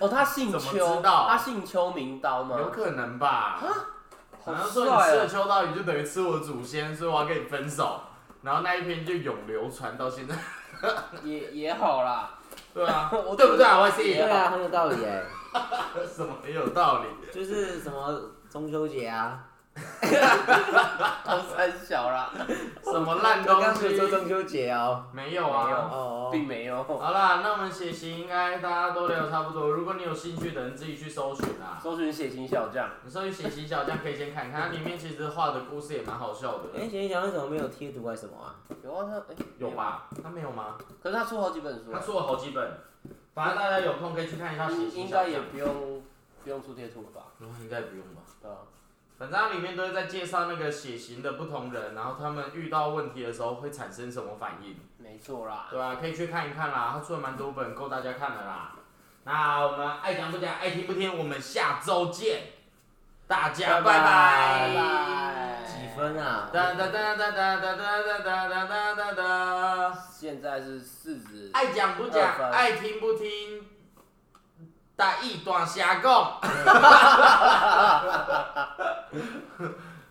[SPEAKER 3] 哦，他姓
[SPEAKER 1] 怎么知
[SPEAKER 3] 邱，
[SPEAKER 1] 道
[SPEAKER 3] 他姓邱明刀
[SPEAKER 1] 有
[SPEAKER 3] 吗？
[SPEAKER 1] 可能吧。
[SPEAKER 3] 好
[SPEAKER 1] 然后说你
[SPEAKER 3] 帅
[SPEAKER 1] 吃
[SPEAKER 3] 哦
[SPEAKER 1] 了秋刀鱼就等于吃我祖先，所以我要跟你分手。然后那一篇就永流传到现在，
[SPEAKER 3] 也也好啦，
[SPEAKER 1] 对啊，
[SPEAKER 3] 我
[SPEAKER 1] 对不对啊？
[SPEAKER 3] 懂
[SPEAKER 1] 我自己
[SPEAKER 2] 对啊，很有道理哎，
[SPEAKER 1] 什么很有道理，
[SPEAKER 2] 就是什么中秋节啊，
[SPEAKER 3] 头三小啦，
[SPEAKER 1] 什么烂
[SPEAKER 2] 刚
[SPEAKER 1] 东
[SPEAKER 2] 刚没有说
[SPEAKER 1] 西
[SPEAKER 2] 中秋节哦，
[SPEAKER 1] 没有
[SPEAKER 3] 没
[SPEAKER 1] 啊
[SPEAKER 3] 有。
[SPEAKER 2] 哦
[SPEAKER 3] 并没有。
[SPEAKER 1] 好啦，那我们血型应该大家都聊得差不多。如果你有兴趣的人自己去搜寻啊。
[SPEAKER 3] 搜寻血型小将，
[SPEAKER 1] 你搜寻血型小将可以先看看，它里面其实画的故事也蛮好笑的。
[SPEAKER 2] 哎，钱想为什么没有贴图还是什么啊？
[SPEAKER 3] 有啊，他哎、
[SPEAKER 1] 有？吧？他没有吗？
[SPEAKER 3] 可是他出好几本书啊
[SPEAKER 1] 他，做了好几本，反正大家有空可以去看一下血
[SPEAKER 3] 应
[SPEAKER 1] 型
[SPEAKER 3] 应
[SPEAKER 1] 小
[SPEAKER 3] 该
[SPEAKER 1] 将。
[SPEAKER 3] 也不用不用出贴图了吧？
[SPEAKER 1] 嗯应该不用吧？
[SPEAKER 3] 对啊，
[SPEAKER 1] 反正它里面都是在介绍那个血型的不同人，然后他们遇到问题的时候会产生什么反应，
[SPEAKER 3] 没错啦。
[SPEAKER 1] 对啊，可以去看一看啦，它出了蛮多本，够大家看的啦。那我们爱讲不讲，爱听不听，我们下周见，大家拜
[SPEAKER 3] 拜拜
[SPEAKER 2] 几分啊？
[SPEAKER 1] 哒哒哒哒哒哒哒哒哒哒哒哒，
[SPEAKER 3] 现在是四指，
[SPEAKER 1] 爱讲不
[SPEAKER 3] 二
[SPEAKER 1] 讲，
[SPEAKER 3] 分
[SPEAKER 1] 爱听不听，大一段瞎 讲。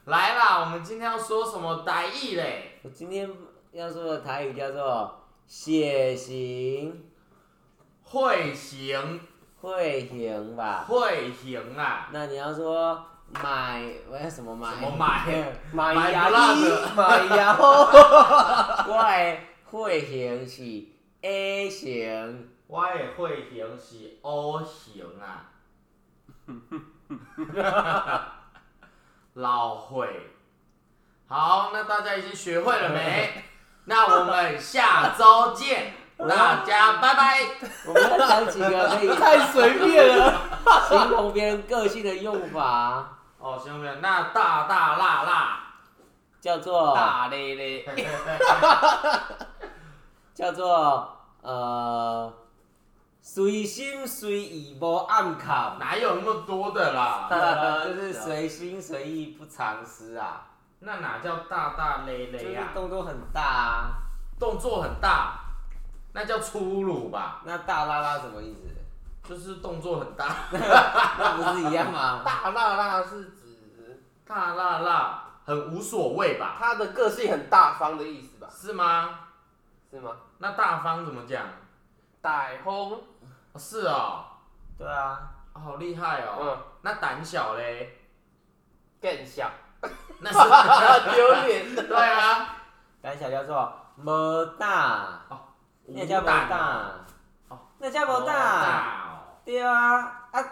[SPEAKER 1] 来啦，我们今天要说什么台语嘞？
[SPEAKER 2] 我今天要说的台语叫做血型
[SPEAKER 1] 会行
[SPEAKER 2] 会型吧？
[SPEAKER 1] 会行啊，
[SPEAKER 2] 那你要说买，我要什么买？
[SPEAKER 1] 什么 买？
[SPEAKER 3] 买
[SPEAKER 1] 买
[SPEAKER 3] 牙
[SPEAKER 1] 不
[SPEAKER 3] 医
[SPEAKER 1] 辣，
[SPEAKER 3] 买牙哦。
[SPEAKER 2] 我的会型是 A 型，
[SPEAKER 1] 我的会行是 O 型 啊。老会，好，那大家已经学会了 没？那我们下周见，大家拜拜。
[SPEAKER 2] 我们要讲几个可以
[SPEAKER 3] 太随便了。
[SPEAKER 2] 形容别人个性的用法，
[SPEAKER 1] 哦，兄弟们，那大大辣辣，
[SPEAKER 2] 叫做
[SPEAKER 3] 大咧咧，
[SPEAKER 2] 叫做呃随心随意无暗藏，
[SPEAKER 1] 哪有那么多的
[SPEAKER 2] 啊
[SPEAKER 1] 啦？
[SPEAKER 2] 呃就是随心随意不藏私啊，哎
[SPEAKER 1] 那哪叫大大咧
[SPEAKER 2] 就
[SPEAKER 1] 咧
[SPEAKER 2] 是
[SPEAKER 1] 呀、啊？
[SPEAKER 2] 动作很大啊。
[SPEAKER 1] 动作很大，那叫粗鲁吧？
[SPEAKER 2] 那大拉拉什么意思？
[SPEAKER 1] 就是动作很大。
[SPEAKER 2] 那不是一样吗？
[SPEAKER 3] 大辣辣是指
[SPEAKER 1] 大辣辣很无所谓吧？
[SPEAKER 3] 他的个性很大方的意思吧？
[SPEAKER 1] 是吗？
[SPEAKER 3] 是吗？
[SPEAKER 1] 那大方怎么讲？
[SPEAKER 3] 大轰，
[SPEAKER 1] 哦是哦，
[SPEAKER 2] 对啊，
[SPEAKER 1] 哦好厉害哦。
[SPEAKER 3] 嗯，
[SPEAKER 1] 那胆小嘞？
[SPEAKER 3] 更小，
[SPEAKER 1] 那是
[SPEAKER 3] 丢脸。
[SPEAKER 1] 对啊，
[SPEAKER 2] 胆小叫做没大，那叫
[SPEAKER 1] 无
[SPEAKER 2] 没
[SPEAKER 1] 胆
[SPEAKER 2] 大
[SPEAKER 1] 哦，
[SPEAKER 2] 那叫
[SPEAKER 1] 哦，
[SPEAKER 2] 没大，对啊，啊，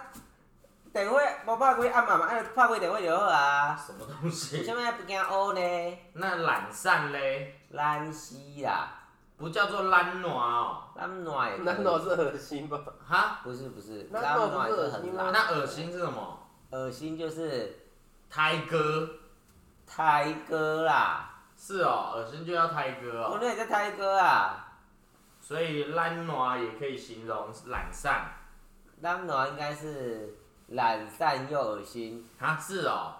[SPEAKER 2] 电话无拍开暗暗嘛，啊，拍开电话就好
[SPEAKER 1] 哦
[SPEAKER 2] 啊。
[SPEAKER 1] 什么东
[SPEAKER 2] 为
[SPEAKER 1] 西？
[SPEAKER 2] 什么不惊乌呢？
[SPEAKER 1] 那懒散嘞？
[SPEAKER 2] 懒死啦，
[SPEAKER 1] 不叫做懒暖哦，
[SPEAKER 2] 烂暖也可以
[SPEAKER 3] 难道是恶心吧？
[SPEAKER 1] 哈？
[SPEAKER 2] 不是不是，
[SPEAKER 3] 那
[SPEAKER 2] 烂暖
[SPEAKER 3] 那不
[SPEAKER 2] 是
[SPEAKER 3] 是
[SPEAKER 2] 很
[SPEAKER 3] 恶心吗
[SPEAKER 2] 辣，
[SPEAKER 1] 那恶心是什么？
[SPEAKER 2] 恶心就是
[SPEAKER 1] 胎哥
[SPEAKER 2] 胎哥啦，
[SPEAKER 1] 是哦，恶心就叫胎哥
[SPEAKER 2] 我
[SPEAKER 1] 哦，
[SPEAKER 2] 那也叫胎哥啊，
[SPEAKER 1] 所以懒暖也可以形容懒散，
[SPEAKER 2] 烂暖应该是懒散又恶心，
[SPEAKER 1] 哈？是哦，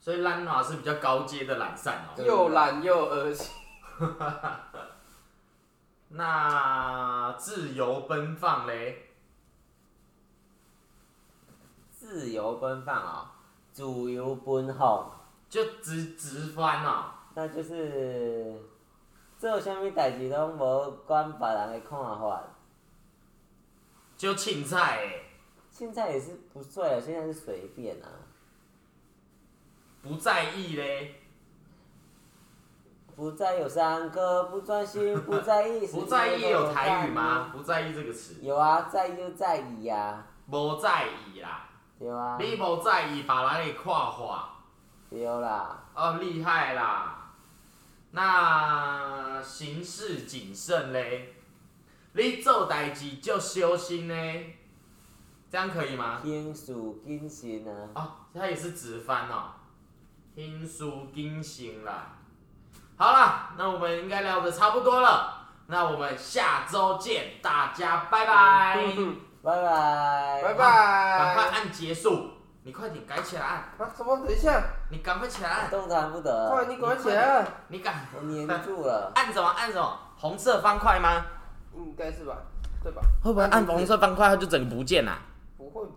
[SPEAKER 1] 所以懒暖是比较高阶的懒散哦。
[SPEAKER 3] 又懒又恶心，
[SPEAKER 1] 那自由奔放嘞，
[SPEAKER 2] 自由奔放哦，自由奔放，
[SPEAKER 1] 就直直翻哦。
[SPEAKER 2] 那就是做啥物代志拢无管别人的看法。
[SPEAKER 1] 就青菜欸，
[SPEAKER 2] 现在也是不醉了，现在是随便啊，
[SPEAKER 1] 不在意嘞，
[SPEAKER 2] 不再有三哥，不专心，不在意，
[SPEAKER 1] 不在意有台语吗？
[SPEAKER 2] 时间都不在
[SPEAKER 1] 不在
[SPEAKER 2] 意？
[SPEAKER 1] 意这个词，
[SPEAKER 2] 有啊，在意就在意呀、啊，
[SPEAKER 1] 无在意啦，
[SPEAKER 2] 对啊，
[SPEAKER 1] 你无在意别人的看法，
[SPEAKER 2] 对啦，
[SPEAKER 1] 哦厉害啦。那行事谨慎嘞，你做代志就小心嘞，这样可以吗？
[SPEAKER 2] 天属金星啊，
[SPEAKER 1] 哦，它也是直翻哦，听书金行啦。好啦，那我们应该聊的差不多了，那我们下周见，大家拜拜。
[SPEAKER 2] 拜拜，
[SPEAKER 3] 拜
[SPEAKER 1] 赶快
[SPEAKER 3] 拜。
[SPEAKER 1] 按结束，你快点改起来按，
[SPEAKER 3] 啊，什么？等一下，
[SPEAKER 1] 你赶快起来按，
[SPEAKER 2] 动弹不
[SPEAKER 3] 快，
[SPEAKER 2] 得，
[SPEAKER 3] 你赶快起来啊！
[SPEAKER 1] 你赶
[SPEAKER 2] 我黏住了，
[SPEAKER 1] 按什么按什么？红色方块吗？
[SPEAKER 3] 应该是吧？对吧？
[SPEAKER 1] 会不会按红色方块它就整个不见啦、
[SPEAKER 3] 不会吧？